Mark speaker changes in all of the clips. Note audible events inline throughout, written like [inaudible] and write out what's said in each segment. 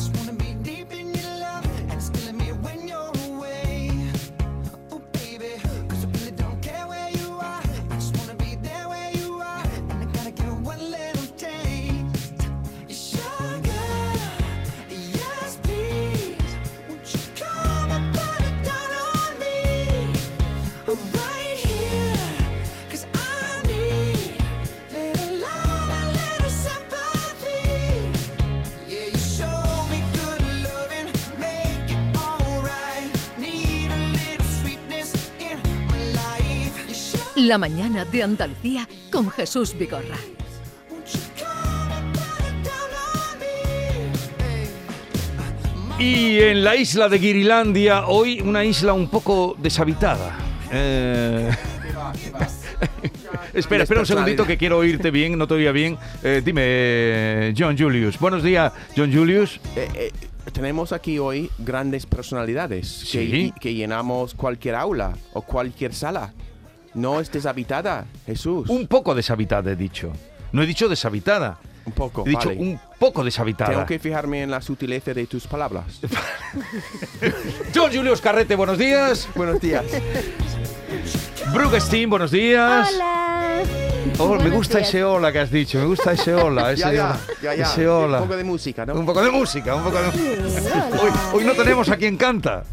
Speaker 1: Oh,
Speaker 2: La mañana de Andalucía con Jesús Vigorra.
Speaker 3: Y en la isla de Guirilandia, hoy una isla un poco deshabitada. Eh, [laughs] espera, espera un segundito que quiero oírte bien, no te oía bien. Eh, dime, eh, John Julius. Buenos días, John Julius.
Speaker 4: Eh, eh, tenemos aquí hoy grandes personalidades que,
Speaker 3: Sí.
Speaker 4: que llenamos cualquier aula o cualquier sala. No es deshabitada, Jesús.
Speaker 3: Un poco deshabitada, he dicho. No he dicho deshabitada.
Speaker 4: Un poco,
Speaker 3: He dicho
Speaker 4: Pues vale.
Speaker 3: un poco deshabitada.
Speaker 4: Tengo que fijarme en la sutileza de tus palabras.
Speaker 3: John Julius Carrete, [laughs] buenos días.
Speaker 4: Buenos días.
Speaker 3: Brooke Steam, buenos días.
Speaker 5: Hola.
Speaker 3: Oh, me
Speaker 5: Buenos
Speaker 3: gusta
Speaker 5: días.
Speaker 3: ese hola que has dicho, me gusta ese hola, ese
Speaker 4: [laughs] ya, ya,
Speaker 3: hola,
Speaker 4: ya, ya.
Speaker 3: ese hola.
Speaker 4: Un poco de música,
Speaker 3: Un
Speaker 4: ¿no?
Speaker 3: poco de música, un poco de...
Speaker 5: Hola.
Speaker 3: Hoy, hoy no tenemos a quien canta.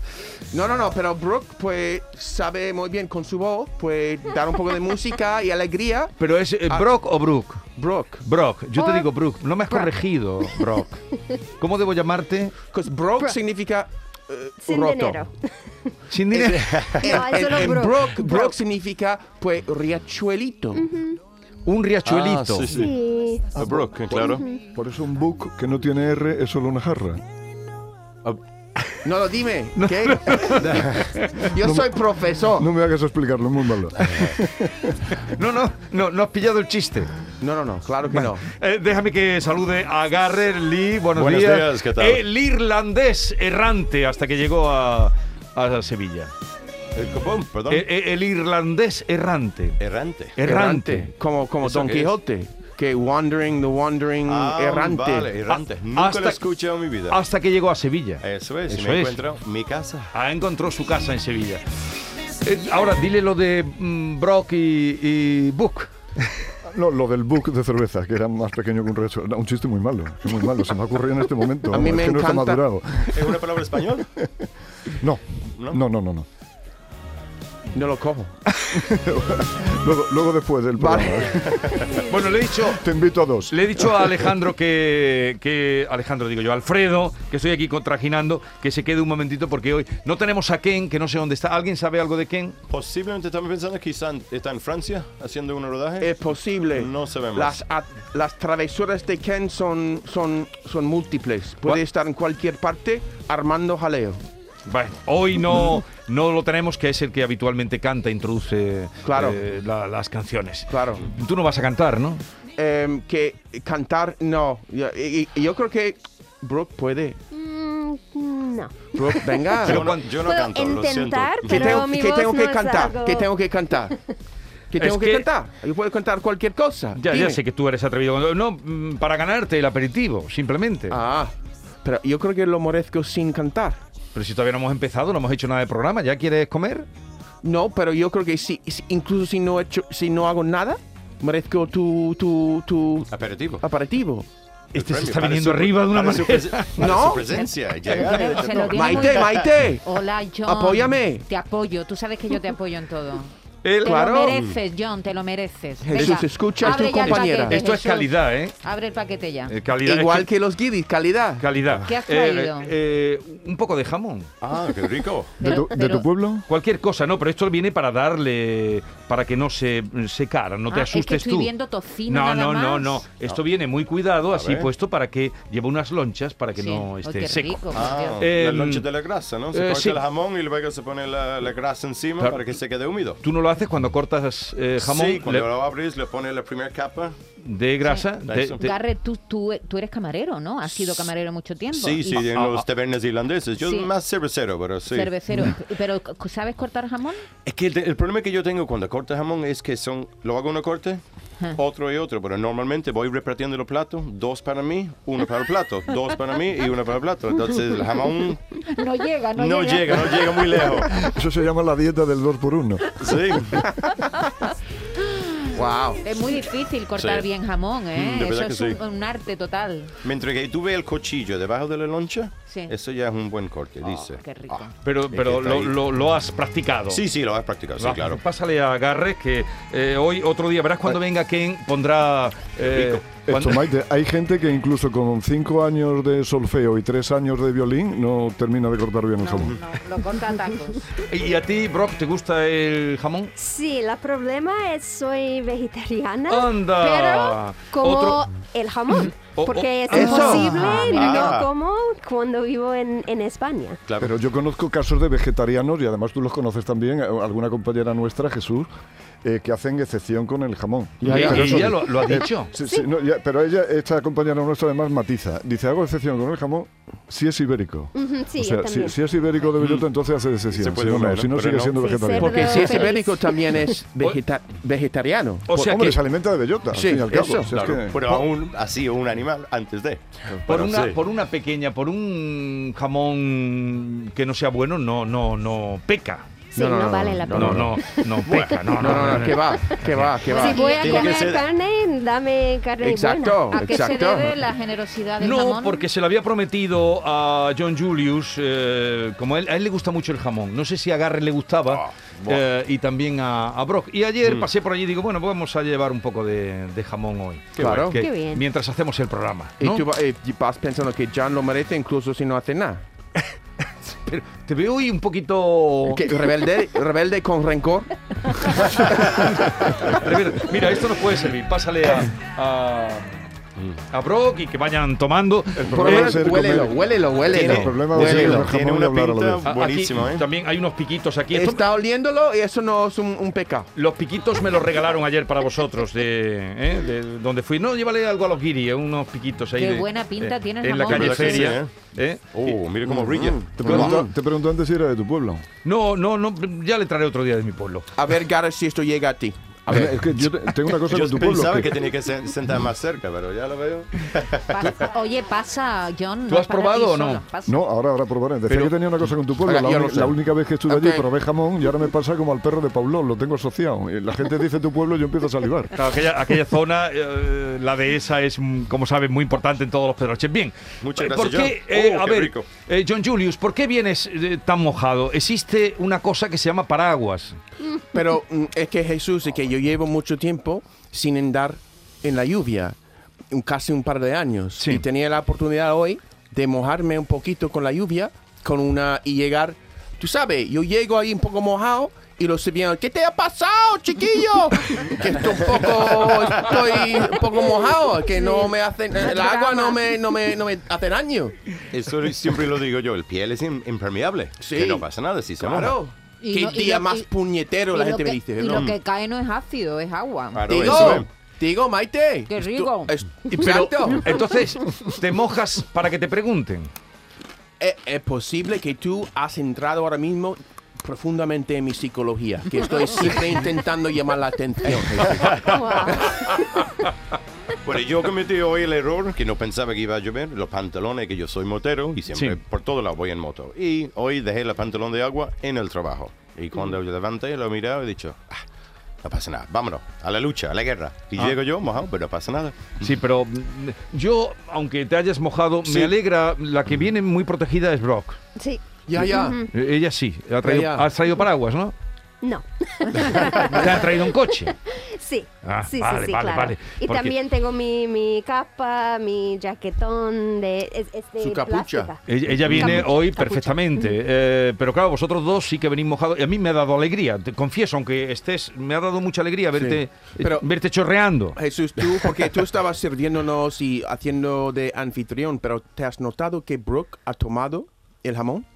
Speaker 4: No, no, no, pero Brooke, pues, sabe muy bien con su voz, pues, dar un poco de música y alegría.
Speaker 3: Pero es eh,
Speaker 4: Ah.
Speaker 3: Brock o Brook.
Speaker 4: Brooke.
Speaker 3: Brock, yo te
Speaker 5: Brock.
Speaker 3: digo Brook, no me has corregido, Brock. ¿Cómo debo llamarte?
Speaker 4: Because Brooke significa eh,
Speaker 5: Sin
Speaker 4: roto.
Speaker 5: dinero.
Speaker 3: Sin dinero.
Speaker 5: [laughs] No, es solo
Speaker 4: En
Speaker 5: Brooke.
Speaker 4: Brook, significa, pues, riachuelito.
Speaker 3: Un riachuelito.
Speaker 6: Ah, sí, sí.
Speaker 5: Sí.
Speaker 6: A Brooke, claro.
Speaker 7: Por eso un book que no tiene R es solo una jarra.
Speaker 4: No lo dime. ¿qué? [laughs] Yo soy profesor.
Speaker 7: No me hagas explicarlo, muy malo.
Speaker 3: No, no, no, no has pillado el chiste.
Speaker 4: No, no, no, claro que no.
Speaker 3: Eh, déjame que salude a Garrett Lee. Buenos,
Speaker 6: Buenos días, ¿qué tal?
Speaker 3: El irlandés errante hasta que llegó a, a Sevilla.
Speaker 6: El copón, perdón.
Speaker 3: Eh, eh, el irlandés errante.
Speaker 6: Errante.
Speaker 3: Errante.
Speaker 4: Como, como
Speaker 6: ¿Eso
Speaker 4: Don
Speaker 6: qué es?
Speaker 4: Quijote. Que wandering, the wandering,
Speaker 6: Ah,
Speaker 4: errante.
Speaker 6: Vale, errante. Nunca
Speaker 3: eh, hasta-
Speaker 6: lo he escuchado en mi vida.
Speaker 3: Hasta que llegó a Sevilla.
Speaker 6: Eso es,
Speaker 3: Eso
Speaker 6: me
Speaker 3: es.
Speaker 6: encuentro mi casa.
Speaker 3: Ah, encontró su casa en Sevilla. Eh, ahora, dile lo de mm, Brock y, y Book.
Speaker 7: No, lo del book de cerveza, que era más pequeño que un recho. No, un chiste muy malo, muy malo. Se me ha ocurrido en este momento.
Speaker 4: A mí
Speaker 7: Es
Speaker 4: me
Speaker 7: que no
Speaker 4: encanta.
Speaker 7: está madurado.
Speaker 6: ¿Es una
Speaker 3: [laughs]
Speaker 6: palabra española?
Speaker 7: No,
Speaker 6: ¿No?
Speaker 7: no, no, no. no.
Speaker 4: No lo
Speaker 6: [laughs]
Speaker 4: cojo.
Speaker 7: Luego, luego después del programa. eh,
Speaker 3: Bueno, le he dicho.
Speaker 7: Te invito a dos.
Speaker 3: Le he dicho a Alejandro que, que- Alejandro digo yo, Alfredo, que estoy aquí contrajinando, que se quede un momentito porque hoy no tenemos a Ken, que no sé dónde está. ¿Alguien sabe algo de Ken?
Speaker 6: Posiblemente estamos pensando que quizá está en Francia haciendo un rodaje.
Speaker 3: Eh,
Speaker 4: Es posible.
Speaker 6: No sabemos.
Speaker 4: Las, a- las travesuras de Ken son, son, son múltiples. Puede
Speaker 3: Gua-
Speaker 4: estar en cualquier parte armando jaleo.
Speaker 3: Bueno, hoy no, no lo tenemos, que es el que habitualmente canta, e introduce
Speaker 4: Claro.
Speaker 3: eh, la- las canciones.
Speaker 4: Claro.
Speaker 3: Tú no vas a cantar, ¿no?
Speaker 4: Em, que cantar, no. Yo, y- y- yo creo que Brooke puede.
Speaker 5: Mm, no.
Speaker 4: Brooke,
Speaker 3: [laughs]
Speaker 4: venga.
Speaker 6: yo, no, yo no
Speaker 5: Puedo
Speaker 6: canto, lo siento.
Speaker 5: intentar,
Speaker 4: ¿Qué
Speaker 5: pero
Speaker 4: tengo,
Speaker 5: mi
Speaker 4: qué
Speaker 5: voz
Speaker 4: tengo
Speaker 5: no
Speaker 4: que
Speaker 5: es
Speaker 4: cantar?
Speaker 5: algo-
Speaker 4: ¿Qué tengo que cantar? ¿Qué tengo que,
Speaker 3: que-
Speaker 4: cantar? Yo puedo cantar cualquier cosa.
Speaker 3: Ya, ya
Speaker 4: dime.
Speaker 3: sé que tú eres atrevido. No, mm, para ganarte el aperitivo, simplemente.
Speaker 4: Ah, pero yo creo que lo merezco sin cantar.
Speaker 3: Pero si todavía no hemos empezado, no hemos hecho nada de programa, ¿ya quieres comer?
Speaker 4: No, pero yo creo que si, si- incluso si no, he hecho, si no hago nada, merezco tu, tu, tu
Speaker 6: Aperitivo.
Speaker 4: aperitivo.
Speaker 3: Ah, Este se
Speaker 6: Premio,
Speaker 3: está
Speaker 6: para
Speaker 3: viniendo
Speaker 6: su-
Speaker 3: arriba de una
Speaker 6: para
Speaker 3: manera.
Speaker 6: su
Speaker 3: [laughs]
Speaker 6: presen- para
Speaker 4: No.
Speaker 6: su presencia. llegar y
Speaker 8: Se lo
Speaker 6: todo.
Speaker 8: tiene
Speaker 4: Maite,
Speaker 8: muy-
Speaker 4: Maite.
Speaker 8: Hola, John.
Speaker 4: Apóyame.
Speaker 8: Te apoyo. Tú sabes que yo te apoyo en todo.
Speaker 3: El-
Speaker 8: Te
Speaker 4: Claro.
Speaker 8: lo mereces, John. Te lo mereces.
Speaker 4: Jesús, escucha a
Speaker 8: abre
Speaker 4: tu
Speaker 8: ya el
Speaker 4: compañera.
Speaker 8: paquete,
Speaker 3: Esto es
Speaker 8: Jesús.
Speaker 3: calidad, ¿eh?
Speaker 8: Abre el paquete ya.
Speaker 3: Eh, calidad
Speaker 4: Igual
Speaker 3: es
Speaker 4: que los guiris, calidad.
Speaker 3: Calidad.
Speaker 8: Ah. ¿Qué has
Speaker 3: Eh,
Speaker 8: traído?
Speaker 3: eh, eh, un poco de jamón.
Speaker 6: Ah, qué rico.
Speaker 7: ¿De tu, de tu
Speaker 8: pero-
Speaker 7: pueblo?
Speaker 3: Cualquier cosa, no, pero esto viene para darle. para que no se se cara, no te
Speaker 8: Ah, es que
Speaker 3: asustes
Speaker 8: estoy
Speaker 3: tú.
Speaker 8: viendo tocino
Speaker 3: no,
Speaker 8: nada
Speaker 3: no, no,
Speaker 8: más.
Speaker 3: no. Esto viene muy cuidado, así
Speaker 6: ver.
Speaker 3: puesto para que lleve unas lonchas para que
Speaker 8: Sí.
Speaker 3: no
Speaker 8: Ay,
Speaker 3: esté
Speaker 8: qué
Speaker 3: seco.
Speaker 8: rico, por
Speaker 6: Ah,
Speaker 8: Dios.
Speaker 3: Eh,
Speaker 6: la loncha de la grasa, ¿no? Se
Speaker 3: eh,
Speaker 6: corta
Speaker 3: sí.
Speaker 6: el jamón y luego se pone la, la grasa encima
Speaker 3: Claro.
Speaker 6: para que se quede húmido.
Speaker 3: Tú no lo haces cuando cortas eh, jamón
Speaker 6: sí, cuando
Speaker 3: le- Mm,
Speaker 6: lo abres le pones la primera capa.
Speaker 3: de grasa.
Speaker 6: Sí.
Speaker 3: de- de-
Speaker 8: Garrett, tú, tú, tú eres camarero, ¿no? Has sido camarero mucho tiempo.
Speaker 6: Sí, sí,
Speaker 8: Y-
Speaker 3: Ah,
Speaker 6: en los tabernas irlandeses. Yo
Speaker 8: Sí.
Speaker 6: más cervecero, pero sí.
Speaker 8: Cervecero. Pero, ¿sabes cortar jamón?
Speaker 6: Es que el, el problema que yo tengo cuando corto jamón es que son, lo hago uno corte, otro y otro, pero normalmente voy repartiendo los platos, dos para mí, uno para el plato, dos para mí y uno para el plato. Entonces el jamón
Speaker 8: [laughs] No llega,
Speaker 6: no, llega. no llega muy lejos.
Speaker 7: Eso se llama la dieta del 2x1.
Speaker 6: Sí.
Speaker 4: Wow.
Speaker 8: Es muy difícil cortar
Speaker 6: Sí.
Speaker 8: bien jamón, ¿eh?
Speaker 6: Mm, de
Speaker 8: Eso
Speaker 6: verdad
Speaker 8: es
Speaker 6: que sí.
Speaker 8: un, un arte total.
Speaker 6: Mientras que tú ves el cuchillo debajo de la loncha,
Speaker 8: Sí. Ah,
Speaker 6: eso ya es un buen corte, dice.
Speaker 8: Qué rico.
Speaker 3: Pero, pero
Speaker 6: está
Speaker 3: lo,
Speaker 6: ahí.
Speaker 3: lo- lo has practicado.
Speaker 6: Sí, sí, lo has practicado, sí,
Speaker 3: Va,
Speaker 6: claro. Ah.
Speaker 3: Pásale a Garres que eh, hoy, otro día, verás cuando venga Ken, pondrá Eh,
Speaker 7: Esto,
Speaker 3: cuando-
Speaker 7: Maite, hay gente que incluso con 5 años de solfeo y 3 años de violín no termina de cortar bien el
Speaker 8: No,
Speaker 7: jamón.
Speaker 8: no, lo corta a tacos.
Speaker 3: [laughs] ¿Y a ti, Brock, te gusta el jamón?
Speaker 5: Sí, el problema es soy vegetariana.
Speaker 3: Anda.
Speaker 5: Pero como
Speaker 3: Otro-
Speaker 5: el jamón.
Speaker 3: O- o-
Speaker 5: Porque es
Speaker 3: eso.
Speaker 5: imposible,
Speaker 8: Ah,
Speaker 6: mira.
Speaker 5: no como cuando vivo en, en España.
Speaker 6: Claro.
Speaker 7: Pero yo conozco casos de vegetarianos, y además tú los conoces también, eh, alguna compañera nuestra, Jesús, eh, que hacen excepción con el jamón.
Speaker 3: Ya, ya,
Speaker 7: Pero
Speaker 3: y
Speaker 7: eso-
Speaker 3: ya lo, lo ha
Speaker 7: eh,
Speaker 3: dicho.
Speaker 7: sí, sí, no, ya, pero ella, esta compañera nuestra además matiza. Dice, hago excepción con el jamón si es ibérico.
Speaker 5: Ujú, Mm, Sí,
Speaker 7: o sea,
Speaker 5: yo también.
Speaker 7: si, si es ibérico de bellota, entonces hace
Speaker 6: Mm.
Speaker 7: excepción.
Speaker 6: Se puede
Speaker 7: sí o no,
Speaker 6: comer,
Speaker 7: si no,
Speaker 6: pero
Speaker 7: sigue
Speaker 6: no.
Speaker 7: siendo
Speaker 5: Sí,
Speaker 7: vegetariano.
Speaker 5: cerdo.
Speaker 4: Porque si es
Speaker 5: Feliz.
Speaker 4: ibérico también es vegeta- vegetariano.
Speaker 3: O sea
Speaker 7: Pues, Hombre,
Speaker 3: que
Speaker 7: se alimenta de bellota, al
Speaker 4: Sí,
Speaker 7: fin y al cabo.
Speaker 4: eso.
Speaker 7: si es
Speaker 6: Claro,
Speaker 7: que-
Speaker 6: pero aún así un animal antes de.
Speaker 3: por
Speaker 6: Bueno,
Speaker 3: una,
Speaker 6: sí.
Speaker 3: por una pequeña, por un jamón que no sea bueno, no, no, no peca.
Speaker 5: Sí,
Speaker 4: No,
Speaker 5: no,
Speaker 4: no, no,
Speaker 5: vale la
Speaker 3: No,
Speaker 5: pena.
Speaker 3: no, no, no peca.
Speaker 6: [laughs]
Speaker 3: No,
Speaker 4: No, no, no, que va, que va, que va.
Speaker 5: Pues Si voy a
Speaker 6: Tiene que
Speaker 5: comer
Speaker 6: ser-
Speaker 5: carne, dame carne
Speaker 4: Exacto,
Speaker 8: ¿A qué se
Speaker 4: exacto.
Speaker 8: debe la generosidad del
Speaker 3: No,
Speaker 8: jamón?
Speaker 3: porque se lo había prometido a John Julius, eh, como a él, a él le gusta mucho el jamón. No sé si a Garrett le gustaba
Speaker 4: Ah,
Speaker 3: eh, y también a, a Brock. Y
Speaker 4: Mm.
Speaker 3: ayer pasé por allí y digo, bueno, vamos a llevar un poco de, de jamón hoy.
Speaker 4: Qué Claro. bueno.
Speaker 3: Que-
Speaker 5: Qué bien.
Speaker 3: Mientras hacemos el programa.
Speaker 4: Y
Speaker 3: ¿no?
Speaker 4: tú va- eh, y vas pensando que John lo merece incluso si no hace nada.
Speaker 3: Pero te veo hoy un poquito...
Speaker 4: Que rebelde, rebelde con rencor.
Speaker 3: Reverte. Mira, esto nos puede servir. Pásale a,
Speaker 4: Mm.
Speaker 3: a, a Brock y que vayan tomando.
Speaker 7: problema
Speaker 3: Eh,
Speaker 7: es ser
Speaker 4: Huélelo,
Speaker 7: comer-
Speaker 4: huélelo,
Speaker 7: El
Speaker 4: huélelo.
Speaker 7: problema de ser
Speaker 6: Huélelo.
Speaker 7: el
Speaker 6: Tiene
Speaker 7: jamón y
Speaker 6: una
Speaker 7: hablar a la
Speaker 6: pinta-
Speaker 7: vez.
Speaker 3: a- Ah, aquí
Speaker 6: buenísimo, ¿eh?
Speaker 3: También hay unos piquitos aquí. Esto-
Speaker 4: Está oliéndolo y eso no es un, un pecado.
Speaker 3: Los piquitos me los regalaron ayer para vosotros de, ¿eh? de donde fui. No, llévale algo a los guiri, eh, unos piquitos ahí.
Speaker 8: Qué
Speaker 3: de-
Speaker 8: buena pinta
Speaker 3: eh,
Speaker 8: tiene el
Speaker 3: En la
Speaker 8: jamón.
Speaker 3: calle
Speaker 6: ¿Verdad que sí,
Speaker 3: Feria. ¿eh?
Speaker 6: Oh, mira cómo brilla.
Speaker 7: Te pregunto, te pregunto antes si era de tu pueblo.
Speaker 3: No, no, no, ya le traeré otro día de mi pueblo.
Speaker 4: A ver, Gareth, si esto llega a ti. A
Speaker 7: Es
Speaker 4: ver.
Speaker 7: que yo te-
Speaker 6: [laughs]
Speaker 7: tengo una cosa
Speaker 6: Yo
Speaker 7: con tu pueblo.
Speaker 6: pensaba
Speaker 7: que-
Speaker 6: que tenía que se- sentar más cerca, pero ya lo veo.
Speaker 8: Pasa- oye, pasa, John.
Speaker 3: ¿Tú
Speaker 8: no
Speaker 3: has
Speaker 8: es para
Speaker 3: probado
Speaker 8: ti
Speaker 3: o no?
Speaker 8: solo, pasa.
Speaker 7: No, ahora, ahora probaré. Decía
Speaker 3: Pero-
Speaker 7: que tenía una cosa con tu pueblo.
Speaker 4: Ahora,
Speaker 7: La,
Speaker 4: yo
Speaker 7: uni-
Speaker 4: lo sé.
Speaker 7: la única vez que estuve
Speaker 4: Ok.
Speaker 7: allí probé jamón y ahora me pasa como al perro de Paulón. Lo tengo asociado. Y La gente dice tu pueblo y yo empiezo a salivar.
Speaker 3: Claro, aquella, aquella zona, eh, la dehesa es, mm, como sabes, muy importante en todos los pedroches. Bien.
Speaker 6: Muchas
Speaker 3: Eh,
Speaker 6: gracias,
Speaker 3: ¿por qué,
Speaker 6: John.
Speaker 3: eh,
Speaker 6: Oh,
Speaker 3: a
Speaker 6: qué
Speaker 3: ver,
Speaker 6: rico.
Speaker 3: eh, John Julius, ¿por qué vienes eh, tan mojado? Existe una cosa que se llama paraguas.
Speaker 4: Pero mm, es que Jesús, es que yo llevo mucho tiempo sin andar en la lluvia, un- casi un par de años.
Speaker 3: Sí.
Speaker 4: Y tenía la oportunidad hoy de mojarme un poquito con la lluvia con una y llegar. Tú sabes, yo llego ahí un poco mojado y los sevillanos, ¿qué te ha pasado, chiquillo? [laughs] que estoy un poco, estoy un poco mojado, que no me hacen, el agua no me, no me, no me hace daño.
Speaker 6: Eso siempre lo digo yo, el piel es im- impermeable.
Speaker 4: Sí.
Speaker 6: Que no pasa nada si se
Speaker 4: Claro.
Speaker 6: moja.
Speaker 8: Y
Speaker 4: Qué
Speaker 8: no- y
Speaker 4: día
Speaker 8: lo-
Speaker 4: más
Speaker 8: y-
Speaker 4: puñetero,
Speaker 8: y
Speaker 4: la
Speaker 8: lo
Speaker 4: gente me
Speaker 8: que-
Speaker 4: dice.
Speaker 8: Y
Speaker 4: ¿no?
Speaker 8: lo que cae no es ácido, es agua.
Speaker 6: Claro, eso es.
Speaker 4: Digo, digo, Maite.
Speaker 8: Qué
Speaker 4: estu-
Speaker 8: rico.
Speaker 4: es-
Speaker 3: Y pero-
Speaker 4: Exacto.
Speaker 3: entonces, te mojas para que te pregunten.
Speaker 4: Es, Eh, es posible que tú has entrado ahora mismo profundamente en mi psicología, que
Speaker 3: [laughs]
Speaker 4: estoy siempre intentando llamar la atención.
Speaker 5: Ah, Wow.
Speaker 6: Bueno, yo cometí hoy el error que no pensaba que iba a llover, los pantalones, que yo soy motero y siempre
Speaker 3: Sí.
Speaker 6: por todo lado voy en moto. Y hoy dejé el pantalón de agua en el trabajo. Y cuando yo levanté, lo he mirado y he dicho, "Ah, no pasa nada, vámonos, a la lucha, a la guerra. Y llego yo mojado, pero no pasa nada.
Speaker 3: Sí, pero mm, yo, aunque te hayas mojado, me alegra. La que viene muy protegida es Brock.
Speaker 5: Sí.
Speaker 4: ya, ya.
Speaker 3: Eh, Ella sí. Ha traído,
Speaker 4: Ella.
Speaker 3: has traído paraguas, ¿no?
Speaker 5: No. [laughs]
Speaker 3: Te ha traído un coche.
Speaker 5: Sí.
Speaker 3: Ah,
Speaker 5: sí, sí,
Speaker 3: vale,
Speaker 5: sí,
Speaker 3: vale,
Speaker 5: claro.
Speaker 3: vale.
Speaker 5: Y
Speaker 3: Porque-
Speaker 5: también tengo mi, mi capa, mi jaquetón de, es, es de
Speaker 4: Su capucha.
Speaker 5: plástica.
Speaker 3: Ella, ella viene
Speaker 5: Capucha,
Speaker 3: hoy
Speaker 5: capucha.
Speaker 3: perfectamente. eh, pero claro, vosotros dos sí que venís mojados. Y a mí me ha dado alegría. Te confieso, aunque estés, me ha dado mucha alegría verte,
Speaker 4: Pero-
Speaker 3: eh, verte chorreando.
Speaker 4: Jesús, tú, porque tú estabas sirviéndonos y haciendo de anfitrión, pero ¿te has notado que Brooke ha tomado el jamón?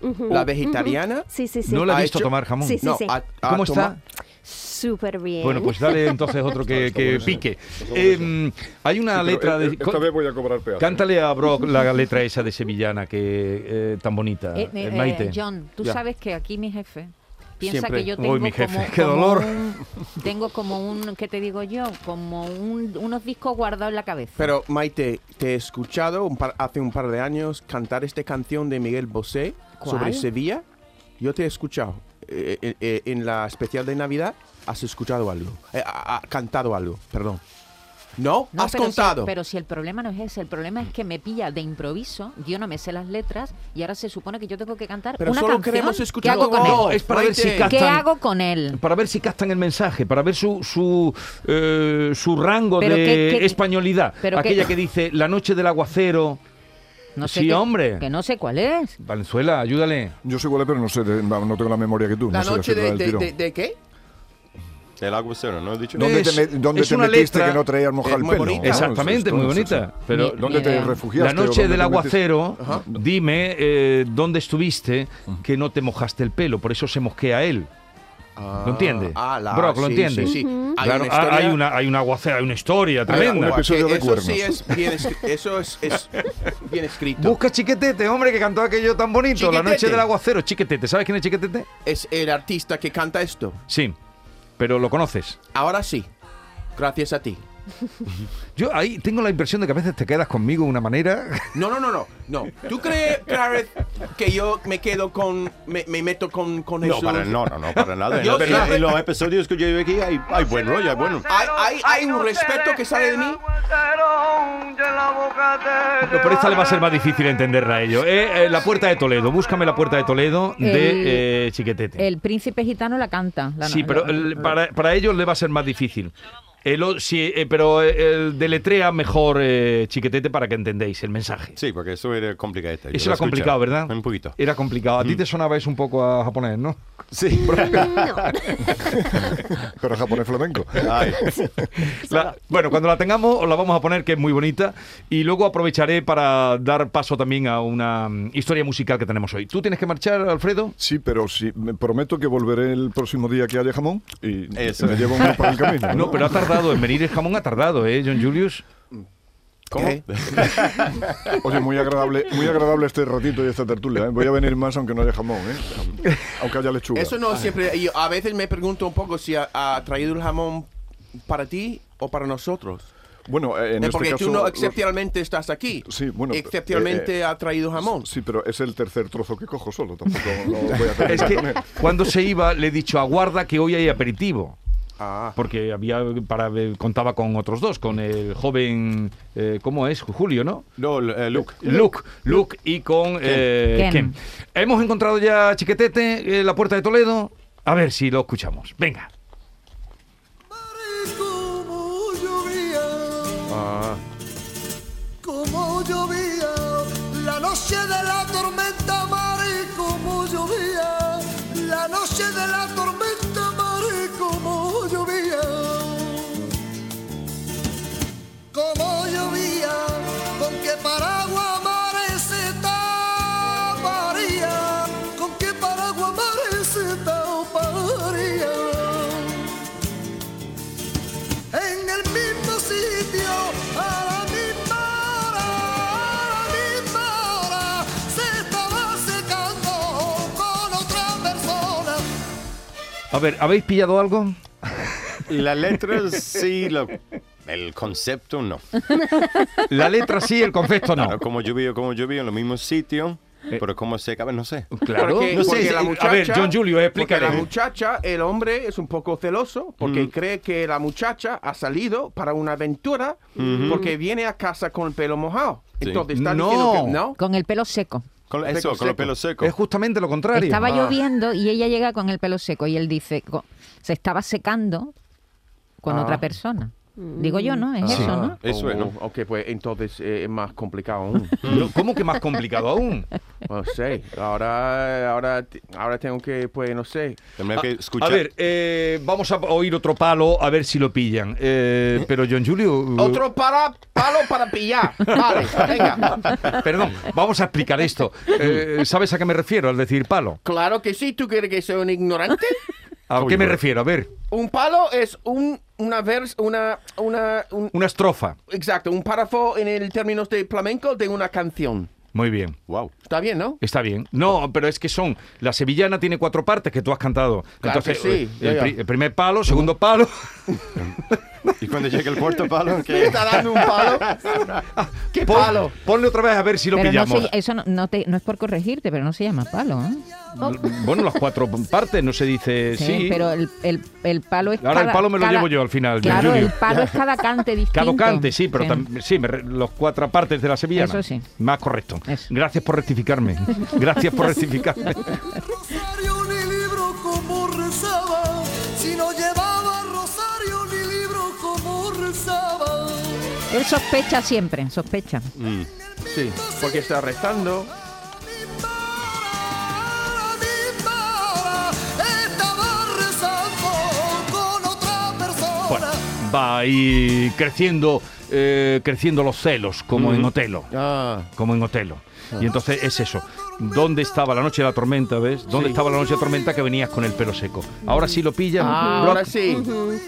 Speaker 5: Ujú.
Speaker 4: ¿La vegetariana?
Speaker 5: Sí, sí, sí.
Speaker 3: No la
Speaker 4: ¿Ha
Speaker 3: he visto
Speaker 4: hecho?
Speaker 3: tomar jamón.
Speaker 5: Sí, sí.
Speaker 4: No, ha- ha
Speaker 3: ¿Cómo
Speaker 4: toma-
Speaker 3: está?
Speaker 5: Súper bien.
Speaker 3: Bueno, pues dale entonces otro que, que pique. Eh, hay una
Speaker 7: Pero,
Speaker 3: letra
Speaker 7: eh,
Speaker 3: de.
Speaker 7: eh, Esta vez voy a cobrar peaje.
Speaker 3: Cántale a Brock la letra esa de Sevillana que eh, tan bonita,
Speaker 8: Eh, eh,
Speaker 3: eh,
Speaker 8: eh,
Speaker 3: Maite.
Speaker 8: John, tú
Speaker 4: Ya.
Speaker 8: sabes que aquí mi jefe piensa
Speaker 4: Siempre.
Speaker 8: que yo
Speaker 3: Uy,
Speaker 8: tengo
Speaker 3: mi jefe,
Speaker 8: como,
Speaker 3: qué
Speaker 8: como
Speaker 3: dolor.
Speaker 8: un- tengo como un, ¿qué te digo yo? Como un- unos discos guardados en la cabeza.
Speaker 4: Pero Maite, te he escuchado un par- hace un par de años cantar esta canción de Miguel Bosé
Speaker 8: ¿Cuál?
Speaker 4: sobre Sevilla. Yo te he escuchado eh, eh, eh, en la especial de Navidad. Has escuchado algo, eh, ha- ha cantado algo, perdón. No,
Speaker 8: No,
Speaker 4: has
Speaker 8: pero si-
Speaker 4: contado.
Speaker 8: pero si el problema no es ese, el problema es que me pilla de improviso, yo no me sé las letras y ahora se supone que yo tengo que cantar
Speaker 4: Pero
Speaker 8: una
Speaker 4: solo
Speaker 8: canción.
Speaker 4: queremos
Speaker 8: ¿Qué
Speaker 4: escuchar
Speaker 8: hago
Speaker 4: tu
Speaker 8: con
Speaker 4: voz.
Speaker 8: él?
Speaker 3: Es para ver si
Speaker 4: Fuente.
Speaker 3: captan-
Speaker 8: ¿Qué hago con él?
Speaker 3: Para ver si captan el mensaje, para ver su su, eh, su rango
Speaker 8: Pero
Speaker 3: de
Speaker 8: qué- qué-
Speaker 3: españolidad.
Speaker 8: pero qué-
Speaker 3: Aquella que dice la noche del aguacero.
Speaker 8: No sé
Speaker 3: sí,
Speaker 8: qué-
Speaker 3: hombre.
Speaker 8: Que no sé cuál es.
Speaker 3: Valenzuela, ayúdale.
Speaker 7: Yo sé cuál es, pero no sé, de- vamos, no tengo la memoria que tú.
Speaker 4: ¿La
Speaker 7: no sé
Speaker 4: noche
Speaker 7: decirla
Speaker 4: de,
Speaker 7: del
Speaker 4: de-
Speaker 7: tirón.
Speaker 4: de- de qué?
Speaker 6: El agua cero, ¿no he dicho?
Speaker 3: No,
Speaker 7: ¿Dónde
Speaker 3: Es-
Speaker 7: te, me- dónde
Speaker 3: es
Speaker 7: te
Speaker 3: una
Speaker 7: metiste
Speaker 3: letra-
Speaker 7: que no traías mojado
Speaker 4: es
Speaker 7: el
Speaker 4: muy
Speaker 7: pelo?
Speaker 4: bonita. Eh,
Speaker 7: ¿no?
Speaker 3: Exactamente,
Speaker 7: Esto,
Speaker 3: muy
Speaker 7: no sé,
Speaker 3: bonita.
Speaker 7: sí.
Speaker 3: Pero
Speaker 8: Ni-
Speaker 7: ¿Dónde
Speaker 8: ni
Speaker 7: te
Speaker 8: idea.
Speaker 3: la
Speaker 7: refugiaste?
Speaker 3: noche
Speaker 7: o dónde
Speaker 3: del
Speaker 7: te metiste?
Speaker 3: aguacero, dime eh, dónde estuviste que no te mojaste el pelo, por eso se mosquea él.
Speaker 4: Ah,
Speaker 3: ¿Lo entiende?
Speaker 4: ah, la-
Speaker 3: Brock, ¿lo
Speaker 4: sí,
Speaker 3: entiende?
Speaker 4: sí, sí. Hay
Speaker 3: Claro,
Speaker 4: una
Speaker 3: ha-
Speaker 4: historia-
Speaker 3: hay, una, hay una aguacera, hay una historia
Speaker 7: un
Speaker 3: tremenda.
Speaker 7: episodio de
Speaker 4: eso
Speaker 7: cuernos.
Speaker 4: sí es bien, escri- eso es, es bien escrito.
Speaker 3: Busca Chiquetete, hombre, que cantó aquello tan bonito. La
Speaker 4: Chiquetete.
Speaker 3: noche del aguacero, Chiquetete. ¿Sabes quién es Chiquetete?
Speaker 4: es el artista que canta esto.
Speaker 3: Sí, pero lo conoces.
Speaker 4: Ahora sí, gracias a ti.
Speaker 3: Yo ahí tengo la impresión de que a veces te quedas conmigo de una manera.
Speaker 4: No, no, no, no, no. ¿Tú crees, Clareth, que yo me quedo con, me, me meto con, con
Speaker 6: No,
Speaker 4: Jesús?
Speaker 6: para, no, no, no, para nada.
Speaker 4: Yo
Speaker 6: Pero
Speaker 4: sí.
Speaker 6: en los episodios que yo llevo aquí hay, hay buen rollo, hay bueno.
Speaker 4: Hay, hay, hay un respeto que sale de mí.
Speaker 3: No, [laughs] pero esta le va a ser más difícil entenderla a ellos. Eh, eh, la puerta de Toledo, búscame la puerta de Toledo de
Speaker 8: El-
Speaker 3: eh, Chiquetete.
Speaker 8: El príncipe gitano la canta. la-
Speaker 3: sí, pero
Speaker 8: la-
Speaker 3: el- para, para ellos le va a ser más difícil. El, o- sí, eh, pero el deletrea mejor eh, Chiquetete para que entendáis el mensaje.
Speaker 6: Sí, porque eso era complicado. este, yo
Speaker 3: Eso
Speaker 6: lo
Speaker 3: era
Speaker 6: escuché.
Speaker 3: complicado, ¿verdad? Eh,
Speaker 6: Un poquito.
Speaker 3: Era complicado. A ti te sonabais un poco a japonés, ¿no?
Speaker 4: [laughs]
Speaker 6: Sí.
Speaker 7: Pero
Speaker 4: [laughs]
Speaker 7: japonés flamenco.
Speaker 6: Ay.
Speaker 3: La- bueno, cuando la tengamos os la vamos a poner, que es muy bonita. Y luego aprovecharé para dar paso también a una mm, historia musical que tenemos hoy. ¿Tú tienes que marchar, Alfredo?
Speaker 7: Sí, pero sí, me prometo que volveré el próximo día que haya jamón y
Speaker 6: Eso.
Speaker 7: me llevo uno para el camino.
Speaker 3: Ah, [laughs] No, pero ha tardado en venir el jamón, ha tardado, ¿eh, John Julius?
Speaker 6: ¿Cómo?
Speaker 4: ¿Qué?
Speaker 7: Oye, muy agradable, muy agradable este ratito y esta tertulia. ¿eh? Voy a venir más aunque no haya jamón, ¿eh? aunque haya lechuga.
Speaker 4: Eso no siempre. Yo a veces me pregunto un poco si ha, ha traído el jamón para ti o para nosotros.
Speaker 7: Bueno, eh, en
Speaker 4: Eh,
Speaker 7: este
Speaker 4: porque
Speaker 7: caso,
Speaker 4: tú no
Speaker 7: los-
Speaker 4: excepcionalmente estás aquí.
Speaker 7: Sí, bueno,
Speaker 4: Excepcionalmente
Speaker 7: eh, eh,
Speaker 4: ha traído jamón.
Speaker 7: Sí, pero es el tercer trozo que cojo solo. Tampoco no voy a
Speaker 3: [laughs]
Speaker 7: tener
Speaker 3: Es que cuando se iba le he dicho, aguarda que hoy hay aperitivo.
Speaker 4: Ah.
Speaker 3: Porque había para eh, contaba con otros dos, con el joven, eh, ¿cómo es? Julio, ¿no?
Speaker 6: No, eh, Luke.
Speaker 3: Luke, Luke y con eh, Ken.
Speaker 8: Ken.
Speaker 3: Hemos encontrado ya Chiquetete, eh, la puerta de Toledo. A ver si lo escuchamos. Venga.
Speaker 9: Mares como llovía, como llovía, la noche de la tormenta, mares como llovía, la noche de la tormenta, mares como llovía. Como llovía, con qué paraguas mares se taparía, con qué paraguas mares se taparía en el mismo sitio, a la misma hora, a la misma hora, se estaba secando con otra persona.
Speaker 3: A ver, ¿habéis pillado algo?
Speaker 6: La letra sí, lo- el concepto no.
Speaker 3: La letra sí, el concepto no.
Speaker 4: Ah,
Speaker 6: Claro, como yo vivo, como yo vivo en los mismos sitios,
Speaker 4: Eh,
Speaker 6: pero cómo se acaba, no sé.
Speaker 3: Claro.
Speaker 4: Porque,
Speaker 6: No sé,
Speaker 4: porque
Speaker 6: sí,
Speaker 4: la
Speaker 6: a
Speaker 4: muchacha,
Speaker 3: eh, ver, John Julio,
Speaker 4: porque
Speaker 3: explícale.
Speaker 4: La muchacha, el hombre es un poco celoso
Speaker 6: Mm.
Speaker 4: porque cree que la muchacha ha salido para una aventura porque viene a casa con el pelo mojado.
Speaker 6: Mm-hmm. Sí.
Speaker 4: Entonces está
Speaker 3: No.
Speaker 4: diciendo que no.
Speaker 8: Con el pelo seco.
Speaker 6: Con eso,
Speaker 4: Seco,
Speaker 6: con los
Speaker 4: seco.
Speaker 6: pelos secos.
Speaker 3: Es justamente lo contrario.
Speaker 8: Estaba
Speaker 4: Ah.
Speaker 8: lloviendo y ella llega con el pelo seco y él dice, co- se estaba secando con
Speaker 4: Ah.
Speaker 8: otra persona. Digo yo, ¿no? Es
Speaker 3: Sí.
Speaker 8: eso, ¿no?
Speaker 6: Ah. Eso es, ¿no?
Speaker 4: Oh, Ok, pues entonces eh, es más complicado aún.
Speaker 6: [laughs]
Speaker 3: No, ¿Cómo que más complicado aún?
Speaker 4: no sé. Ahora, ahora, ahora tengo que, pues, no sé.
Speaker 6: Tendría que escuchar.
Speaker 3: A ver, eh, vamos a oír otro palo a ver si lo pillan. Eh, pero John Julio. uh,
Speaker 4: Otro para, palo para pillar. Vale, venga. Mm.
Speaker 3: Perdón, vamos a explicar esto. Eh, ¿Sabes a qué me refiero al decir palo?
Speaker 4: Claro que sí, ¿tú crees que soy un ignorante?
Speaker 3: ¿A qué me refiero? A ver,
Speaker 4: Un palo es un, una vers, una, una, un-
Speaker 3: una estrofa.
Speaker 4: exacto, un párrafo en el términos de flamenco de una canción.
Speaker 3: Muy bien.
Speaker 6: Wow.
Speaker 4: Está bien, ¿no?
Speaker 3: Está bien. No, pero es que son. La sevillana tiene cuatro partes que tú has cantado.
Speaker 4: Claro que sí,
Speaker 3: eh,
Speaker 4: ya,
Speaker 3: el,
Speaker 4: ya.
Speaker 3: pri- el primer palo, segundo palo.
Speaker 6: Y cuando llega el
Speaker 4: [laughs]
Speaker 6: cuarto palo,
Speaker 4: Me
Speaker 6: ¿qué?
Speaker 4: está dando un palo. [laughs] ¡Qué
Speaker 3: Pon-
Speaker 4: palo!
Speaker 3: Ponle otra vez a ver si lo
Speaker 8: pero no
Speaker 3: pillamos.
Speaker 8: se- eso no, no te- no es por corregirte, pero no se llama palo. ¿eh?
Speaker 3: Mm, Bueno, las cuatro partes, no se
Speaker 8: [laughs]
Speaker 3: dice Eh, sí.
Speaker 8: pero el, el- el palo es
Speaker 3: Ahora el
Speaker 8: cada-
Speaker 3: palo me lo
Speaker 8: cada-
Speaker 3: llevo yo al final,
Speaker 8: Claro,
Speaker 3: Junior.
Speaker 8: el palo es cada cante distinto.
Speaker 3: [laughs] Cada cante, sí, pero tam- sí, me re- los cuatro partes de la sevillana.
Speaker 8: Eso sí.
Speaker 3: Más correcto.
Speaker 8: Eso.
Speaker 3: Gracias
Speaker 8: [laughs]
Speaker 3: por rectificarme. Gracias por rectificarme.
Speaker 9: Rosario ni libro como rezaba, si no llevaba rosario ni libro como rezaba.
Speaker 8: Él sospecha siempre, sospecha.
Speaker 6: Mm.
Speaker 4: Sí, porque está restando.
Speaker 9: A la misma hora estaba rezando con otra persona.
Speaker 3: Bueno, va ahí creciendo, eh, creciendo los celos, como en Otelo.
Speaker 4: Ah.
Speaker 3: Como en Otelo. Y entonces es eso. ¿Dónde estaba la noche de la tormenta, ves? ¿Dónde estaba la noche de la tormenta que venías con el pelo seco? Ahora sí lo pillan.
Speaker 4: Ah,
Speaker 3: Brock.
Speaker 4: ahora sí,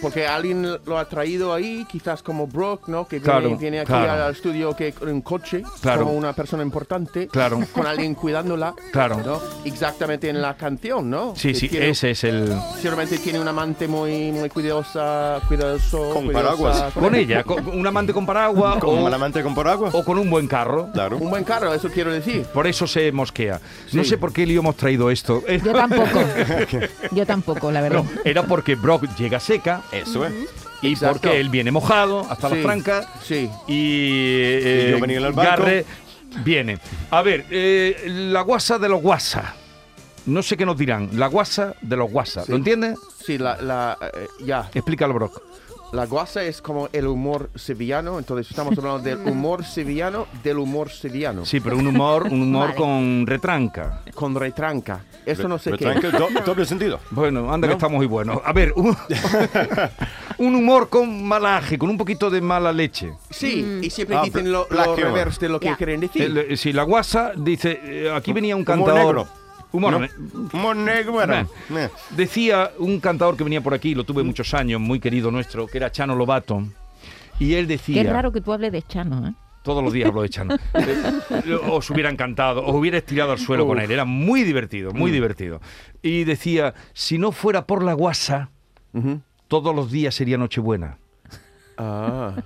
Speaker 4: porque alguien lo ha traído ahí, quizás como Brock, ¿no? Que
Speaker 3: Claro,
Speaker 4: viene, viene aquí
Speaker 3: claro.
Speaker 4: al estudio que, en coche,
Speaker 3: Claro.
Speaker 4: como una persona importante,
Speaker 3: Claro.
Speaker 4: con alguien cuidándola,
Speaker 3: Claro.
Speaker 4: ¿no? Exactamente en la canción, ¿no?
Speaker 3: Sí,
Speaker 4: Que
Speaker 3: sí,
Speaker 4: tiene-
Speaker 3: ese es el...
Speaker 4: Seguramente tiene un amante muy, muy cuidadosa, cuidadoso.
Speaker 6: Con
Speaker 4: cuidadosa
Speaker 6: paraguas.
Speaker 3: Con ella, con un amante con paraguas
Speaker 6: [laughs] ¿Con
Speaker 4: Oh.
Speaker 3: o,
Speaker 6: un amante con por agua?
Speaker 3: o con un buen carro.
Speaker 6: Claro.
Speaker 4: Un buen carro, eso quiero decir.
Speaker 3: Por eso se mosquea. No
Speaker 4: Sí.
Speaker 3: sé por qué lío hemos traído esto.
Speaker 8: Yo tampoco. Yo tampoco, la verdad.
Speaker 3: No, [laughs] era porque Brock llega seca
Speaker 6: Eso es.
Speaker 3: y
Speaker 4: Exacto.
Speaker 3: porque él viene mojado hasta las
Speaker 4: Sí,
Speaker 3: trancas
Speaker 4: Sí.
Speaker 3: y, eh,
Speaker 6: Y yo venía en el barco.
Speaker 3: Garre viene. A ver, eh, la guasa de los guasa. No sé qué nos dirán. La guasa de los guasa. ¿Lo entiendes?
Speaker 4: Sí, la, la, eh, ya.
Speaker 3: Explícalo, Brock.
Speaker 4: La guasa es como el humor sevillano, entonces estamos hablando
Speaker 8: [laughs]
Speaker 4: del humor sevillano, del humor sevillano.
Speaker 3: Sí, pero un humor, un humor
Speaker 8: Vale.
Speaker 3: con retranca.
Speaker 4: Con retranca. Eso no sé
Speaker 6: Pero
Speaker 4: qué.
Speaker 6: tranquilo, do- doble sentido.
Speaker 3: Bueno, anda que estamos muy buenos. A ver, un, [laughs] un humor con malaje, con un poquito de mala leche.
Speaker 4: Sí, y siempre
Speaker 6: Ah,
Speaker 4: dicen lo,
Speaker 6: black
Speaker 4: lo
Speaker 6: humor.
Speaker 4: reverse de lo que
Speaker 8: Mm. Ya.
Speaker 4: quieren decir.
Speaker 3: El, eh, si la guasa dice, eh, aquí venía un
Speaker 6: Humor
Speaker 3: cantador.
Speaker 6: negro.
Speaker 3: Humor
Speaker 6: ¿No?
Speaker 3: ne-
Speaker 6: Humor negro, bueno.
Speaker 3: Nah.
Speaker 6: Eh.
Speaker 3: Decía un cantador que venía por aquí, lo tuve muchos años, muy querido nuestro, que era Chano Lobato. Y él decía,
Speaker 8: Qué raro que tú hables de Chano, ¿eh?
Speaker 3: todos los días hablo de Chano, Eh, os hubiera encantado, os hubiera estirado al suelo con él, era muy divertido, muy divertido. Y decía, si no fuera por la guasa,
Speaker 4: Ujú.
Speaker 3: todos los días sería Nochebuena.
Speaker 4: Ah.